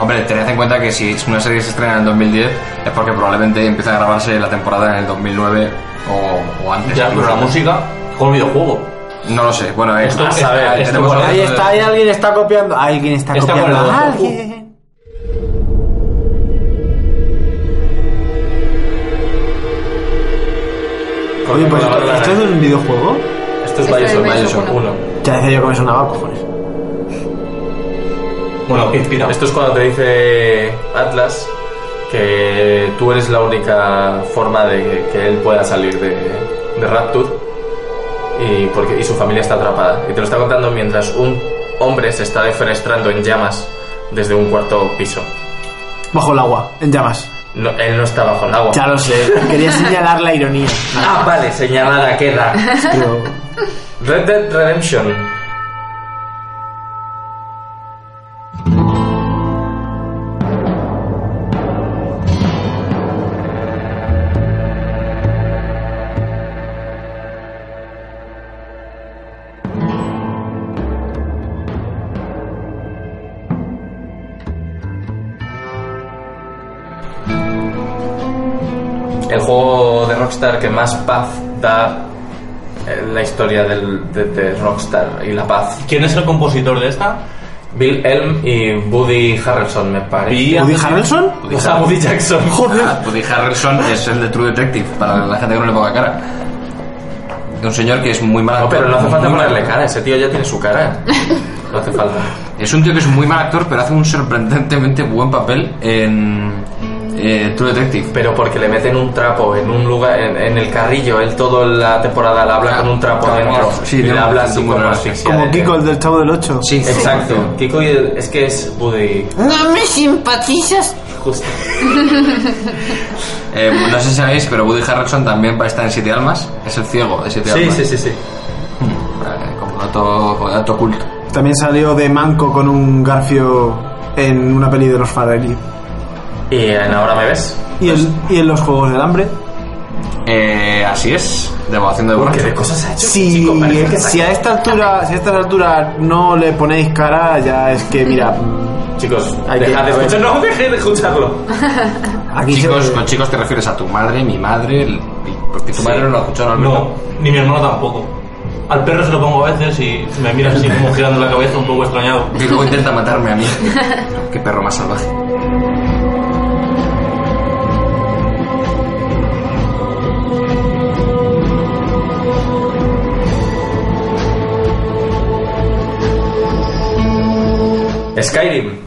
Hombre, tened en cuenta que si una serie se estrena en el 2010 es porque probablemente empieza a grabarse la temporada en el 2009 o, o antes.
Ya, pero la música con el videojuego.
No lo sé. Bueno, eh,
Esto-
a saber,
esto-
tenemos
esto-
algo
Ahí
de-
está, ahí alguien está copiando. Alguien está
Está
copiando
con el
a
Doctor Who.
alguien.
Con-
Oye, pues
con la
esto,
banda
esto es
sonora.
de un videojuego.
Esto es
Esto es
Bioshock,
Bioshock
Bioshock
uno.
1.
Ya decía yo que me sonaba, cojones.
Bueno, qué inspira.
Esto es cuando te dice Atlas que tú eres la única forma de que, que él pueda salir de, de Rapture y, porque, y su familia está atrapada. Y te lo está contando mientras un hombre se está defenestrando en llamas desde un cuarto piso.
Bajo el agua, en llamas.
No, él no está bajo el agua.
Ya lo sé, quería señalar la ironía.
Ah, vale, señalada queda.
Pero-
Red Dead Redemption. el juego de Rockstar que más paz da en la historia del- de, de Rockstar y la paz.
¿Quién es el compositor de esta?
Bill Elm y Woody Harrelson, me parece.
¿Woody Harrelson?
O sea, Woody Jackson.
Ah, Woody Harrelson es el de True Detective, para la gente que no le ponga cara. De un señor que es muy mal
No,
actor.
pero no hace falta
muy mal
ponerle
actor.
cara, ese tío ya tiene su cara. No hace falta.
Es un tío que es muy mal actor, pero hace un sorprendentemente buen papel en eh, True Detective.
Pero porque le meten un trapo en un lugar, en, en el carrillo, él toda la temporada la habla con un trapo
Claro,
dentro.
sí,
y le
tiene un-
habla así
tiene un-
como asfixia.
Como
de-
Kiko, el del Chavo del 8.
Sí,
Exacto. Kiko y el- es que es Woody.
¿No me simpatizas?
Justo.
Eh, no sé si sabéis, pero Woody Harrelson también va a estar en Siete Almas. Es el ciego de Siete
Sí,
Almas.
sí, sí, sí.
Eh, como dato, como dato oculto.
También salió de Manco con un garfio en una peli de los Farrelly.
Y en ahora me ves.
Y, el- y en los Juegos del Hambre.
Eh, así es, de vocación de
¿Qué
borracho.
de cosas ha hecho?
Si,
chico? Parece que
si a esta altura, si a estas alturas no le ponéis cara, ya es que mira,
Chicos,
Hay que-
dejad de escucharlo. No, dejé de escucharlo.
aquí
Chicos,
se-
con chicos te refieres a tu madre, mi madre, el- el- porque tu madre no lo escuchó normalmente.
No, ni mi hermano tampoco. Al perro se lo pongo a veces y me mira así como girando la cabeza un poco extrañado.
Y luego intenta matarme a mí. Qué perro más salvaje.
Skyrim.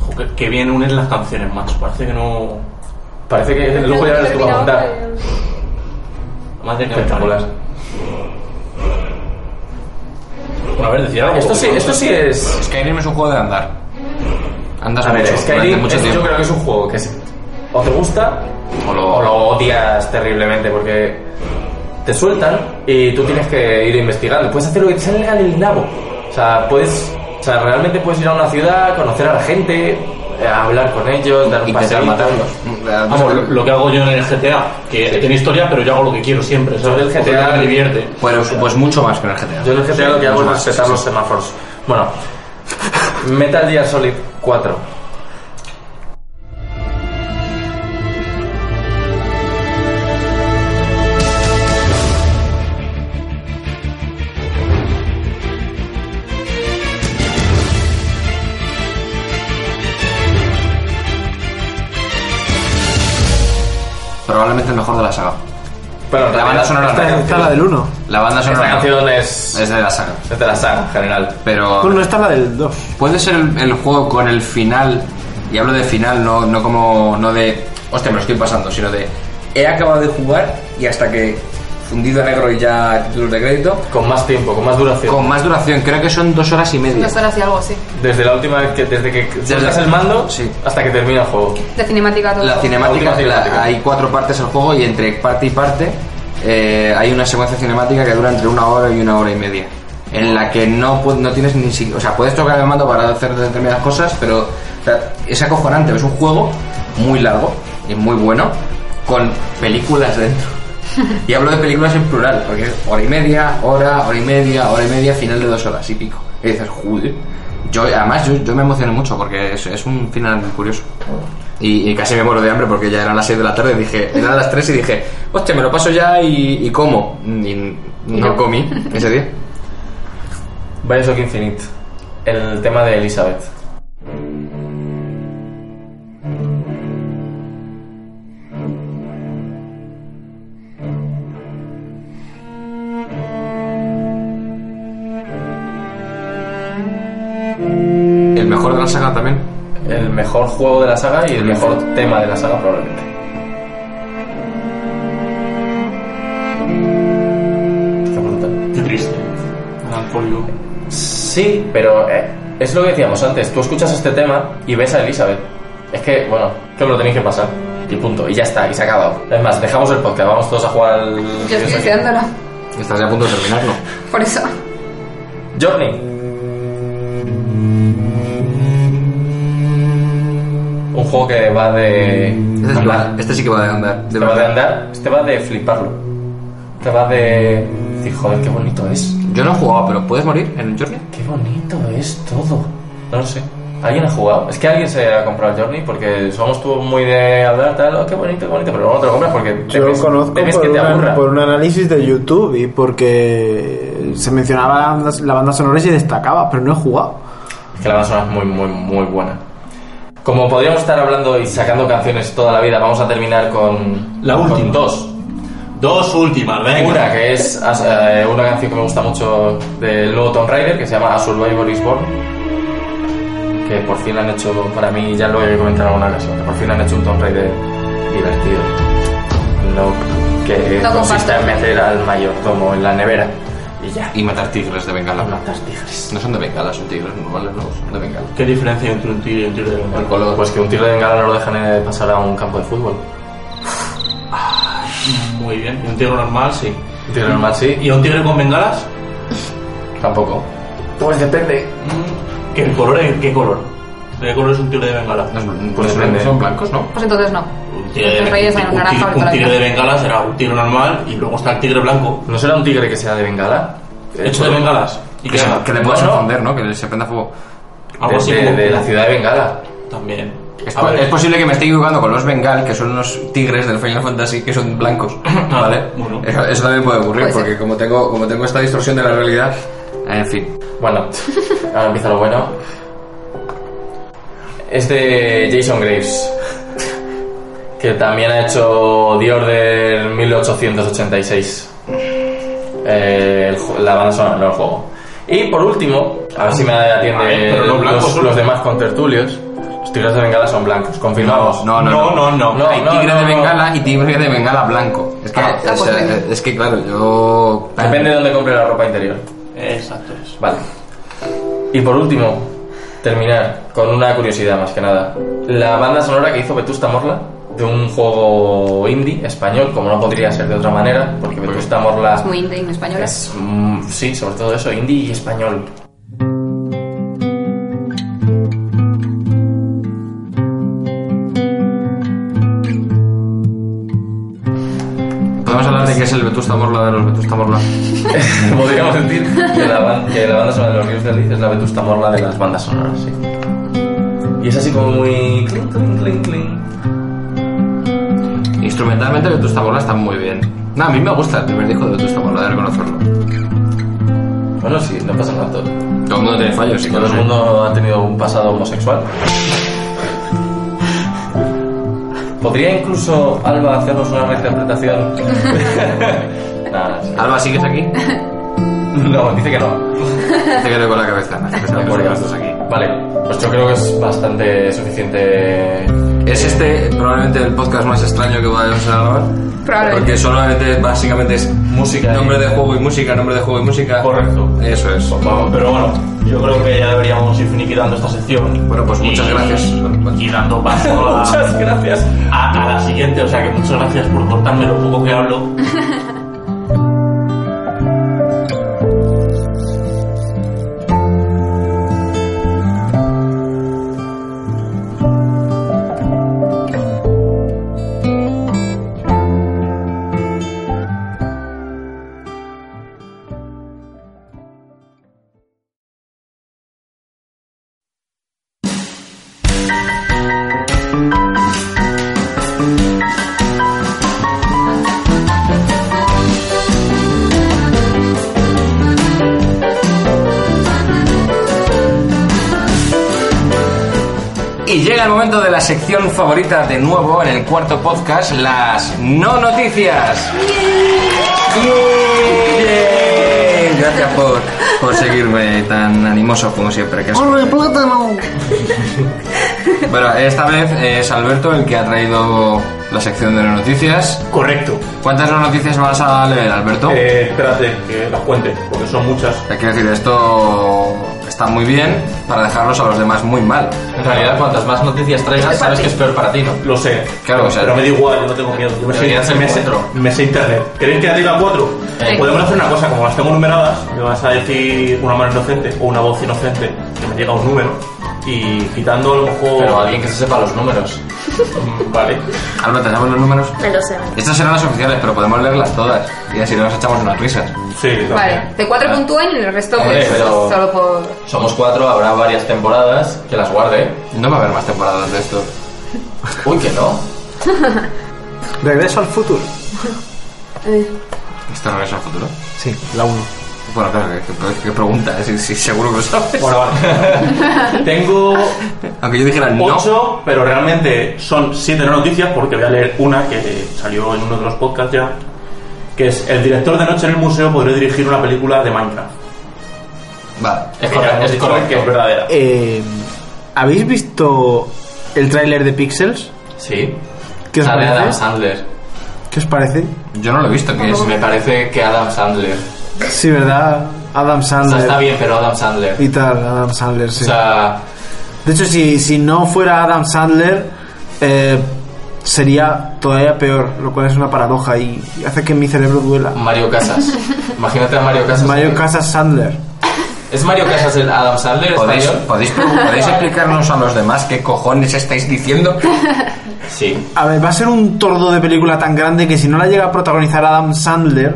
Jo, que, que bien unen las canciones, macho. Parece que no...
Parece que el lujo ya lo estuvo a contar.
Madre que me
Espectacular.
parió. Bueno, a ver, decía algo.
Esto sí, esto sí es.
Skyrim es un juego de andar. Andas
A ver,
mucho, durante
Skyrim,
mucho
esto yo
tiempo.
creo que es un juego que es o te gusta o lo, o lo odias terriblemente porque te sueltan y tú tienes que ir investigando. Puedes hacer lo que te salga del nabo. O sea, puedes, o sea, realmente puedes ir a una ciudad, conocer a la gente, eh, hablar con ellos, dar un paseo.
Intentar matarlos.
Vamos, lo, lo que hago yo en el GTA, que tiene historia, pero yo hago lo que quiero siempre. ¿sabes?
Yo del
Porque
GTA
me divierte.
Bueno, pues mucho más que en el GTA.
Yo en el GTA lo que hago es
mucho más,
respetar
sí,
los
sí.
semáforos. Bueno, Metal Gear Solid 4.
Probablemente el mejor de la saga.
Bueno,
La banda sonora
Esta,
no.
esta es la del 1.
La banda
Esta
sonora no.
canción es,
es de la saga.
es de la saga en general.
Pero
Bueno, esta es la del 2.
puede ser el, el juego con el final, y hablo de final, no, no como, no de, hostia, me lo estoy pasando, sino de, he acabado de jugar y hasta que fundido a negro y ya a títulos de crédito,
Con más tiempo, con más duración.
con más duración, creo que son dos horas y media.
Dos horas y algo así.
Desde la última vez que, desde que sueltas el mando
Sí.
hasta que termina el juego.
De cinemática todo.
La cinemática,
La última
la-
cinemática.
hay cuatro partes del juego y entre parte y parte eh, hay una secuencia cinemática que dura entre una hora y una hora y media. En la que no, pu- no tienes ni siquiera. O sea, puedes tocar el mando para hacer determinadas cosas, pero o sea, es acojonante. Es un juego muy largo y muy bueno con películas dentro. Y hablo de películas en plural, porque es hora y media, hora, hora y media, hora y media, final de dos horas y pico. Y dices, joder. Yo, además, yo, yo me emocioné mucho porque es, es un final curioso. Y, y casi me muero de hambre porque ya eran las 6 de la tarde. Dije, eran las 3 y dije, hostia, me lo paso ya y, y como. Y no
no.
comí ese día.
Bioshock Infinite. El tema de Elizabeth.
El mejor de la saga también.
El mejor juego de la saga y el mejor tema de la saga probablemente. Qué brutal.
Qué triste. Ah, Melancólico.
Sí, pero eh, es lo que decíamos antes. Tú escuchas este tema y ves a Elizabeth. Es que, bueno, que os lo tenéis que pasar. Y punto. Y ya está. Y se ha acabado. Es más, dejamos el podcast. Vamos todos a jugar al...
Yo estoy deseándola.
Estás ya a punto de terminarlo.
Por eso.
Journey. Un juego que va de...
Este, sí que va- este sí que va de andar. De
Este va de
verdad.
andar, este va de fliparlo. Este va de decir, joder, qué bonito es.
Yo no he jugado, pero ¿puedes morir en el Journey?
Qué bonito es todo. No lo sé. Alguien ha jugado. Es que alguien se ha comprado el Journey porque somos tú muy de hablar, tal, oh, qué bonito, qué bonito, pero luego no te lo compras porque
Yo
temes,
conozco
temes que
por,
te
una-
aburra.
por un análisis de YouTube y porque se mencionaba la banda- la banda sonora y se destacaba, pero no he jugado.
Es que la banda sonora es muy, muy, muy buena. Como podríamos estar hablando y sacando canciones toda la vida, vamos a terminar con...
La
con
última.
dos.
Dos últimas, venga.
Una que es as- eh, una canción que me gusta mucho del nuevo Tomb Raider que se llama A Survivor is Born. Que por fin han hecho, para mí, ya lo he comentado en alguna ocasión, que por fin han hecho un Tomb Raider divertido. No que
No
consista en
comparto.
meter al mayordomo en la nevera y ya.
Y matar tigres de bengala.
matar tigres.
No son de bengala, son tigres normales, no son de bengala.
¿Qué diferencia entre un tigre y un tigre de
El color, pues que un tiro de bengala no lo dejan eh, pasar a un campo de fútbol.
Muy bien. Y un tigre normal, sí.
Un tiro normal sí,
¿Y un tigre con bengalas?
y tampoco.
Pues depende.
¿Qué color es? ¿Qué color? ¿De qué color es un tigre de bengala?
Pues
depende.
son blancos, ¿no?
Pues entonces no.
Un
Los reyes eran
un
naranja
tigre-
o el
un tigre de
toronja.
bengalas era un tigre normal y luego está el tigre blanco.
¿No será un tigre que sea de bengala?
Hecho de bengalas. ¿Y
Eh, Que,
qué
se-
haga?
que le puedas
No, no.
encender, ¿no? Que se prenda fuego.
Algo así
de,
como-
de la ciudad de Bengala.
También.
Es,
A
po-
ver,
es posible que me esté equivocando con los Bengal, que son unos tigres del Final Fantasy que son blancos. Ah, ¿Vale?
bueno.
Eso, eso también puede ocurrir,
Puede ser.
porque como tengo, como tengo esta distorsión de la realidad. eh, En fin.
Bueno, ahora empieza lo bueno. Es de Jason Graves, que también ha hecho The Order 1886. Eh, el ju- la banda sonora, no el juego. Y por último, a ver si me
A ver,
atiende
pero no blancos
los,
son.
los demás contertulios. Los tigres de Bengala son blancos, confirmamos.
No, no, no.
no, no.
No,
Hay tigre de
no.
Bengala y tigre de Bengala blanco. Es que,
Ah,
o sea,
pues venga.
es que claro, yo.
Depende de dónde compre la ropa interior.
Exacto. es.
Vale. Y por último, terminar con una curiosidad más que nada. La banda sonora que hizo Vetusta Morla de un juego indie español, como no podría ser de otra manera, porque Vetusta Morla
Muy indie en español.
es, mm, sí, sobre todo eso, indie y español.
Podemos hablar de qué es el Vetusta Morla de los Vetusta Morla.
Podríamos decir que la, ban- que la banda sonora de los Ríos de Liz es la Vetusta Morla de las bandas sonoras, sí. Y es así como muy... clink, clink, clink, clink.
Instrumentalmente Vetusta Morla está muy bien. No, a mí me gusta el primer disco de Vetusta Morla, de reconocerlo.
Bueno, sí, no pasa nada. Todo,
Todo el mundo tiene fallos, sí que
todo
lo
el
sé.
mundo ha tenido un pasado homosexual. ¿Podría incluso Alba hacernos una reinterpretación? Nada, sí.
Alba, ¿sigues aquí? Dice
no, dice que no.
que no con la cabeza. Hace que se
Pues No
la
por
pone
ello.
los dos aquí.
Vale, pues yo creo que es bastante suficiente.
Es este probablemente el podcast más extraño que vayamos a grabar.
Probablemente.
Porque solamente básicamente es
Música y-
nombre de juego y música, nombre de juego y música.
Correcto.
Eso es.
Vamos, Pero bueno, yo creo que ya deberíamos ir finiquitando esta sección.
Bueno, pues muchas
Y-
gracias. Bueno, bueno.
Y dando paso a,
Muchas gracias.
a- a la siguiente, o sea que muchas gracias por cortarme lo poco que hablo.
Y llega el momento de la sección favorita de nuevo en el cuarto podcast, las no noticias. Bien. Gracias por, por seguirme tan animoso como siempre. Que es-
¡Corre, plátano!
Bueno, esta vez eh, es Alberto el que ha traído la sección de no noticias.
Correcto.
¿Cuántas no noticias vas a leer, Alberto?
Eh, espérate, que las cuente, porque son muchas.
Te Quiero decir, esto está muy bien para dejarlos a los demás muy mal.
En realidad, cuantas más noticias traigas, sabes que es peor para ti, ¿no?
Lo sé.
Claro, o sea-
pero me da igual, yo no tengo miedo. Yo me
Deberían
sé,
ser
me, sé,
cuatro.
me sé internet. ¿Queréis que te diga cuatro?
Sí.
Podemos hacer una cosa, como las tengo numeradas, me vas a decir una mano inocente o una voz inocente que me llega un número y quitando a lo mejor.
Pero alguien que se sepa los números.
Mm, Vale.
Alberto, ¿tenemos los números?
Me lo sé.
Estas serán las oficiales, pero podemos leerlas todas. Y así nos echamos unas risas.
Sí,
Vale, de cuatro puntúan y el resto
Hombre,
pues
pero-
solo por...
Somos cuatro, habrá varias temporadas. Que las guarde. ¿eh?
No va a haber más temporadas de esto.
Uy, que no.
Regreso al futuro.
Eh.
¿Esto regresa al futuro?
Sí, la 1.
Bueno, claro, qué, qué- qué pregunta, ¿eh? si, si seguro que lo sabes.
Bueno, vale. tengo
Aunque yo dijera no.
ocho, pero realmente son siete no noticias porque voy a leer una que salió en uno de los podcasts ya, que es el director de noche en el museo podría dirigir una película de Minecraft.
Vale.
Es
Que ya
correcto,
hemos
es
dicho
correcto.
que es verdadera.
Eh, ¿Habéis visto el tráiler de Pixels?
Sí.
¿Qué os
Sale
parece?
Adam Sandler.
¿Qué os parece?
Yo no lo he visto, que es...
Me parece que Adam Sandler.
Sí, ¿verdad? Adam
O sea,
Sandler.
está bien, pero Adam Sandler.
Y tal, Adam Sandler, sí.
O sea,
De hecho, si, si no fuera Adam Sandler, eh, sería todavía peor, lo cual es una paradoja y hace que mi cerebro duela.
Mario Casas. Imagínate a Mario Casas.
Mario Casas Sandler.
¿Es Mario Casas el Adam Sandler
¿Podéis,
español?
podéis, podéis explicarnos a los demás qué cojones estáis diciendo?
Sí.
A ver, va a ser un tordo de película tan grande que si no la llega a protagonizar Adam Sandler,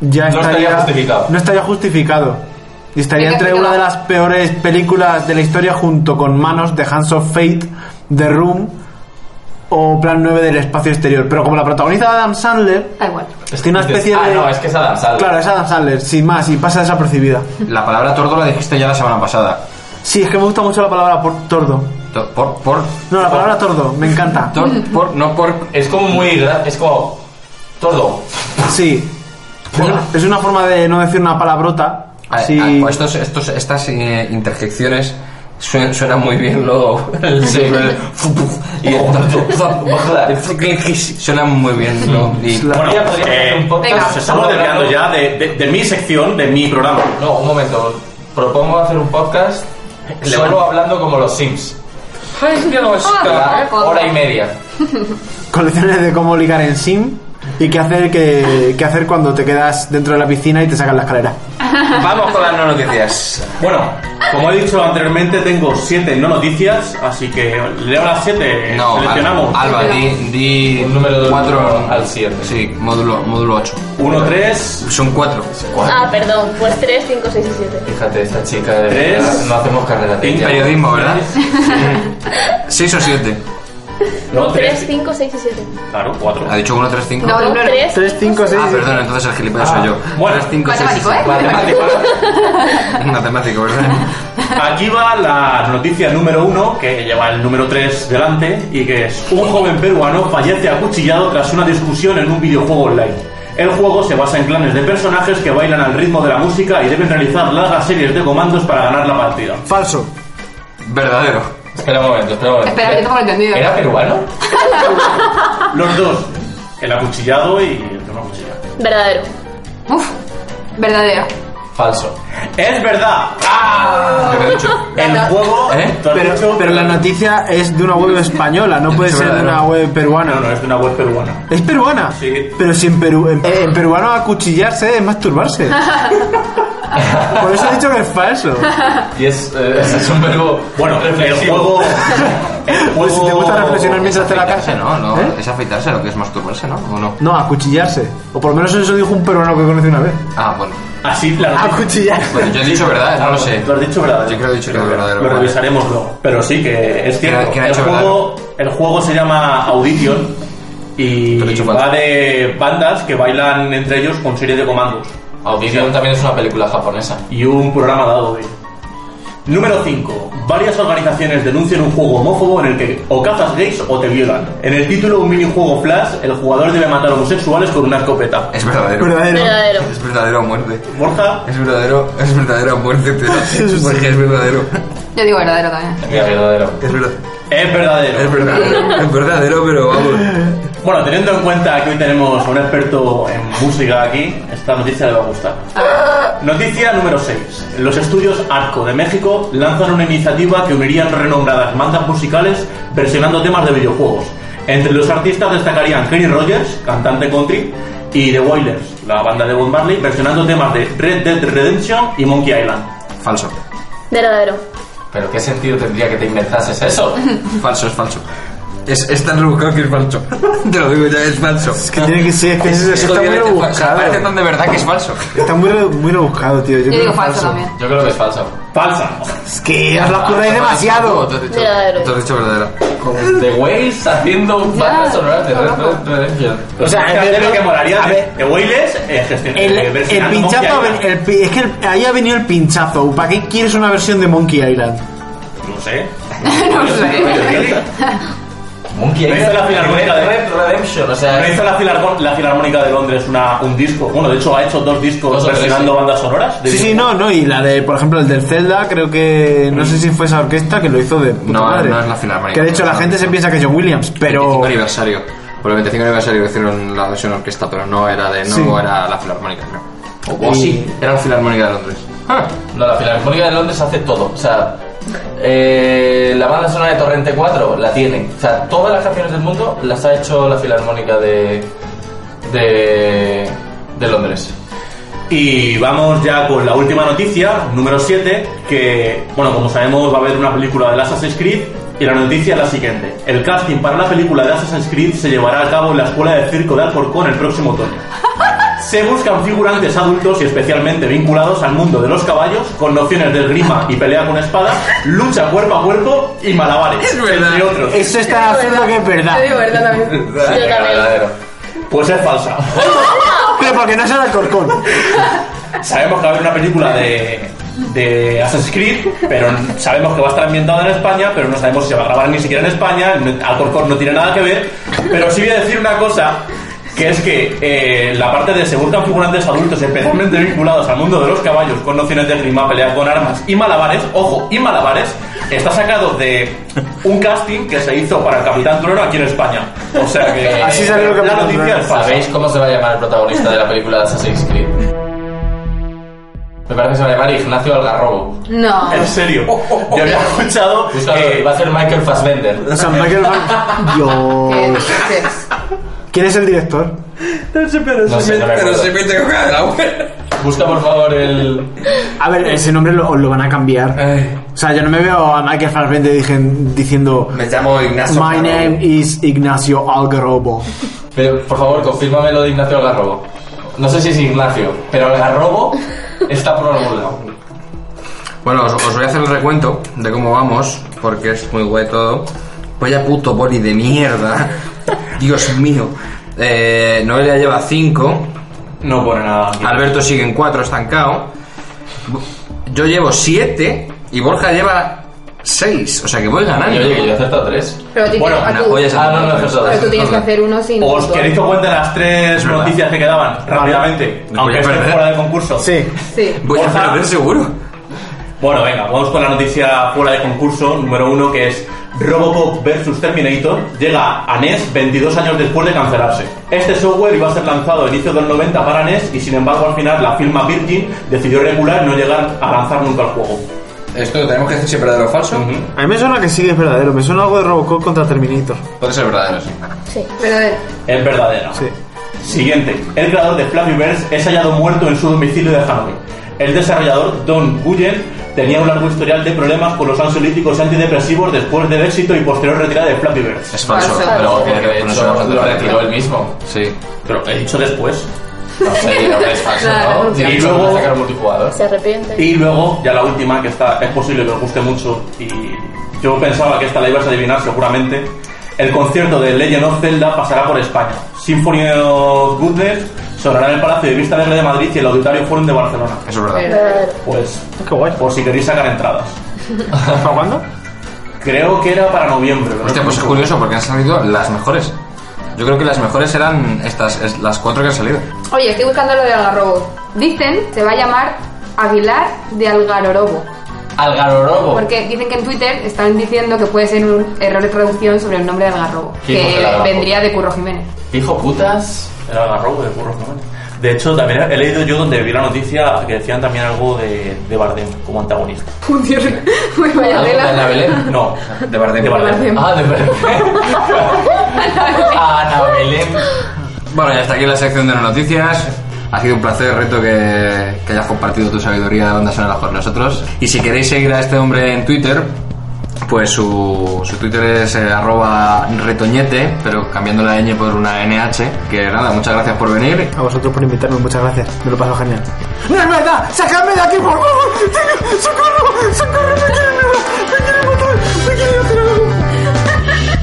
ya
No estaría justificado.
No estaría justificado. Y estaría
Venga,
entre
explícalo.
una de las peores películas de la historia junto con Manos, The Hands of Fate, The Room o Plan 9 del Espacio Exterior. Pero como la protagoniza Adam Sandler,
Da igual.
es que una especie
ah,
de...
no, es que es Adam Sandler.
Claro, es Adam Sandler, sin más, y pasa desapercibida.
La palabra tordo la dijiste ya la semana pasada.
Sí, es que me gusta mucho la palabra por- tordo.
To- Por, por,
No, la palabra tordo, me encanta.
tor- por, no por...
Es como muy. gra- Es como. Tordo.
Sí. Es una, es una forma de no decir una palabrota.
A-
Así.
a- pues estos, estos, estas eh, interjecciones suen- suenan muy bien luego. El- el- y
Oh.
el- suenan muy bien. ¿no? Y-
Bueno,
Bueno,
podría
eh,
hacer un podcast.
venga.
Nos estamos desviando ya de, de- de mi sección, de mi programa.
No, un momento. Propongo hacer un podcast solo hablando como los Sims.
Ah,
Cada
por favor.
hora y media.
Colecciones de cómo ligar en sim y qué hacer, que, qué hacer cuando te quedas dentro de la piscina y te sacan la escalera.
Vamos con las no noticias.
Bueno, como he dicho anteriormente, tengo siete no noticias, así que leo las siete,
No,
seleccionamos.
Alba, Alba, di, di
Un número del
cuatro-
uno al siete.
Sí, módulo, módulo 8.
Uno, tres,
Son 4.
Ah, perdón, pues 3, 5, 6 y 7.
Fíjate, esta chica de
Tres.
verdad, no hacemos carrera de ella.
Periodismo, ¿verdad? 6 o 7.
no,
3,
tres, Ah,
5, 6 y 7.
claro, cuatro.
¿Ha dicho 1, 3, 5?
No, no, no.
3,
3, 5, 6.
Ah, perdón, entonces el gilipollas
Ah.
soy yo.
bueno.
3, 5, 6.
Matemático, ¿eh?
Matemáticas.
Matemático, ¿verdad?
Aquí va la noticia número uno, que lleva el número tres delante, y que es un joven peruano fallece acuchillado tras una discusión en un videojuego online. El juego se basa en clanes de personajes que bailan al ritmo de la música y deben realizar largas series de comandos para ganar la partida.
Falso.
Verdadero.
Espera un momento, espera un momento.
Espera, que tengo lo entendido.
¿Era peruano?
Los dos, el acuchillado y el no acuchillado.
verdadero.
Uf, verdadero.
Falso.
¡Es verdad!
Yo que he dicho.
El juego...
¿Eh?
¿Tú has
Pero,
dicho?
pero la noticia es de una web española, no puede
Es
ser de
verdadero.
una web
No, no,
peruana.
es de una web peruana.
Es peruana.
Sí.
Pero si en, Perú, en,
Eh,
en peruano acuchillarse es masturbarse. Por eso he dicho que es falso.
Y es, eh, es un verbo...
Bueno, el juego... El
Pues si te gusta reflexionar mientras te la
Afeitarse,
casa.
¿no? no
¿Eh?
Oh. Es afeitarse lo que es masturbarse, ¿no? ¿O no?
No, acuchillarse. O por lo menos eso dijo un peruano que conocí una vez.
Ah, bueno.
Así la noticia-
Acuchillarse.
Bueno, yo he dicho verdad, ¿eh? no lo sé.
Lo has dicho verdadero.
Yo creo que he dicho ¿eh? que es verdadero.
Lo
Vale.
revisaremos luego. Pero sí que es cierto.
¿Quién ha- quién ha
el,
hecho
juego, el juego se llama Audition y
Pero he hecho
va
falta.
de bandas que bailan entre ellos con serie de comandos
Audición también es una película japonesa.
y un programa dado de. Número 5. Varias organizaciones denuncian un juego homófobo en el que o cazas gays o te violan. En el título, un minijuego flash, el jugador debe matar homosexuales con una escopeta.
Es verdadero.
Verdadero.
Verdadero.
Es verdadero a muerte.
Borja,
Es verdadero, es verdadero a muerte. Te Porque es verdadero.
Yo digo verdadero también.
Mira, verdadero.
Es verdad.
es verdadero.
Es verdadero. Es verdadero, pero vamos.
Bueno, teniendo en cuenta que hoy tenemos a un experto en música aquí, esta noticia le va a gustar. Noticia número 6. Los estudios Arco de México lanzan una iniciativa que unirían renombradas bandas musicales versionando temas de videojuegos. Entre los artistas destacarían Kenny Rogers, cantante country, y The Wailers, la banda de Bob Marley, versionando temas de Red Dead Redemption y Monkey Island.
Falso.
Verdadero.
Pero ¿qué sentido tendría que te inventases eso?
Falso, es falso. Es, es tan rebuscado que es falso. Te lo digo ya, es falso. Es
Que tiene que ser, es que es-
que
está muy
obviamente es falso.
rebuscado.
Parece tan de verdad que es falso.
Está muy, re- muy rebuscado, tío. Yo,
Yo
creo
digo
que
falso también.
Yo creo que es falso.
Falsa.
Es que os lo
Ah,
curráis demasiado.
Tú has dicho,
Verdadero.
tú has dicho verdadero.
The Waves haciendo bandas sonoras de Red Dead Redemption.
O sea,
Fíjate
en vez de-
lo que molaría
a
de-
ver.
de Wailers eh, gestión-
El,
eh,
el
versionando Monkey
pinchazo. ha
Island.
ven- el pi- es que el- ahí ha venido el pinchazo. ¿Para qué quieres una versión de Monkey Island?
No sé.
No sé.
Monkey
No hizo la filarmónica de-
Red Dead Redemption, o sea...
¿No hizo la, Filarmo- la Filarmónica de Londres una, un disco? Bueno, de hecho ha hecho dos discos
Dos o tres,
versionando
sí.
bandas sonoras. de
Sí, sí,
disco.
no, no. Y la de, por ejemplo, el del Zelda, creo que. No sé si fue esa orquesta que lo hizo de. puta
No,
madre.
no es la Filarmónica.
Que de hecho la
No,
gente
no.
se piensa que es John Williams,
25
pero.
aniversario. Por el 25 aniversario hicieron la versión orquesta, pero no era de no
Sí.
era la filarmónica, creo. O,
Y-
sí, era la filarmónica de Londres.
Ah, No, la Filarmónica de Londres hace todo. O sea, eh, la banda sonora de Torrente 4 la tienen. O sea, todas las canciones del mundo las ha hecho la Filarmónica de. de. de Londres.
Y vamos ya con la última noticia, número 7, que, bueno, como sabemos va a haber una película de Assassin's Creed y la noticia es la siguiente. El casting para la película de Assassin's Creed se llevará a cabo en la Escuela de Circo de Alcorcón el próximo otoño. Se buscan figurantes adultos y especialmente vinculados al mundo de los caballos, con nociones de grima y pelea con espada, lucha cuerpo a cuerpo y malabares,
verdad.
entre otros.
Eso está haciendo que es verdad.
Yo digo verdad también.
Yo también.
Pues es falsa.
Pero porque no es el Alcorcón.
Sabemos que va a haber una película de, de Assassin's Creed, pero sabemos que va a estar ambientada en España, pero no sabemos si se va a grabar ni siquiera en España. no- Alcorcón no tiene nada que ver. Pero sí voy a decir una cosa, que es que eh, la parte de se buscan figurantes adultos especialmente vinculados al mundo de los caballos, con nociones de grima, peleas con armas y malabares, ojo, y malabares, está sacado de un casting que se hizo para el Capitán Trueno aquí en España. O sea que
Así salió el
la
Capitán
noticia
Trueno.
es falsa.
¿Sabéis cómo se va a llamar el protagonista de la película de Assassin's Creed? Me parece que se va a llamar Ignacio Algarrobo.
No.
En serio. Yo había escuchado que va a ser Michael Fassbender.
O sea, Michael Mann-
¿Qué
Dios.
dices?
¿Quién es el director?
No sé, no
Pero
recuerdo.
se mete con cada mujer.
Busca por favor el.
A ver, ese nombre lo, os lo van a cambiar.
Ay,
O sea, yo no me veo a Michael Fassbender dijen- diciendo
Me llamo Ignacio.
My name is Ignacio Algarobo.
Pero, por favor, confírmame lo de Ignacio Algarrobo. No sé si es Ignacio, pero Algarrobo está por algún lado.
Bueno, os, os voy a hacer el recuento de cómo vamos, porque es muy guay todo. Vaya puto boli de mierda. Dios mío. Eh, Noelia lleva 5.
No pone nada. aquí.
Alberto sigue en 4, estancado. Yo llevo 7 y Borja lleva 6. O sea que voy ganando.
Yo, oye, yo he acertado tres.
Pero a ti
Bueno,
te- a
Una
tú-
polla
Ah, no, no, eso
pero tú tienes que hacer uno sin.
Os queréis que os cuente las tres
Es verdad.
noticias que quedaban rápidamente,
Me voy a
aunque estén
perder.
fuera de concurso.
Sí.
Sí.
Voy a
Borja.
perder seguro.
Bueno, venga, vamos con la noticia fuera de concurso número uno que es Robocop vs Terminator llega a NES 22 años después de cancelarse. Este software iba a ser lanzado a inicios del 90 para NES y sin embargo al final la firma Virgin decidió regular no llegar a lanzar nunca el juego.
Esto lo tenemos que decir si es verdadero o falso.
A mí me suena que sí que es verdadero. Me suena algo de Robocop contra Terminator.
Puede ser verdadero, sí.
Sí.
Pero eh,
Es verdadera.
Sí.
Siguiente. El creador de Flappy Birds es hallado muerto en su domicilio de Hanoi. El desarrollador Don Guyen tenía un largo historial de problemas con los ansiolíticos y antidepresivos después del éxito y posterior retirada de Flappy Birds.
Es falso.
Falso.
Pero porque de
No
hecho
suena falso.
lo retiró él mismo.
Sí.
Pero he dicho después.
No sé, no es falso,
Claro,
¿no?
sí.
Y luego sacar un multijugador.
Se arrepiente.
Y luego, ya la última, que está, es posible que os guste mucho y yo pensaba que esta la ibas a adivinar seguramente. El concierto de Legend of Zelda pasará por España. Symphony of Goodness sonará en el Palacio de Vista Alegre de Madrid y el Auditorio Forum de Barcelona.
Eso es verdad.
Verdadero.
Pues,
Qué guay.
por si queréis sacar entradas.
Pues, ¿Para cuándo?
Creo que era para noviembre. ¿no?
Hostia, pues es curioso porque han salido las mejores. Yo creo que las mejores eran estas, es- las cuatro que han salido.
Oye, estoy buscando lo de Algarrobo. Dicen se va a llamar Aguilar de Algarorobo.
Algarorobo.
Porque dicen que en Twitter están diciendo que puede ser un error de traducción sobre el nombre de Algarrobo.
Hijos
Que
del Algarrobo.
vendría de Curro Jiménez.
Dijo putas.
Era Garrobo de Curro Jiménez. De hecho, también he leído yo donde vi la noticia que decían también algo de, de Bardem como antagonista.
Funciona. Muy vaya
Algo de
tela.
Ah, Ana Belén.
No,
De Bardem.
de Bardem.
Bardem.
Ah, de Belén. Ana Belén.
Bueno, y hasta aquí la sección de las noticias. Ha sido un placer, Reto, que, que hayas compartido tu sabiduría de banda sonora con nosotros. Y si queréis seguir a este hombre en Twitter, pues su, su Twitter es eh, arroba retoñete, pero cambiando la ñ por una NH. Que nada, muchas gracias por venir.
A vosotros por invitarme, muchas gracias. Me lo paso genial. ¡No es verdad! ¡Sacadme de aquí, por favor! ¡Socorro! ¡Socorro! ¡Me quieren matar! ¡Me quieren matar! ¡Me quieren hacer algo!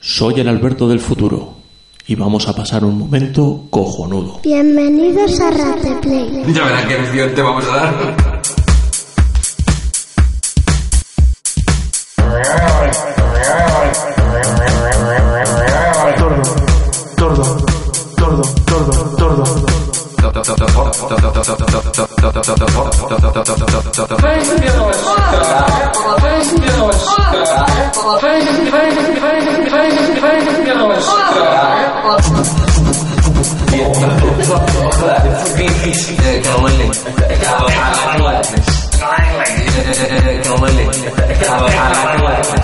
Soy el Alberto del futuro y vamos a pasar un momento cojonudo.
Bienvenidos a Rateplay.
Ya verás qué visión te vamos a dar.
Tordo. Tordo. Tordo. Tordo. Tordo.
Tordo.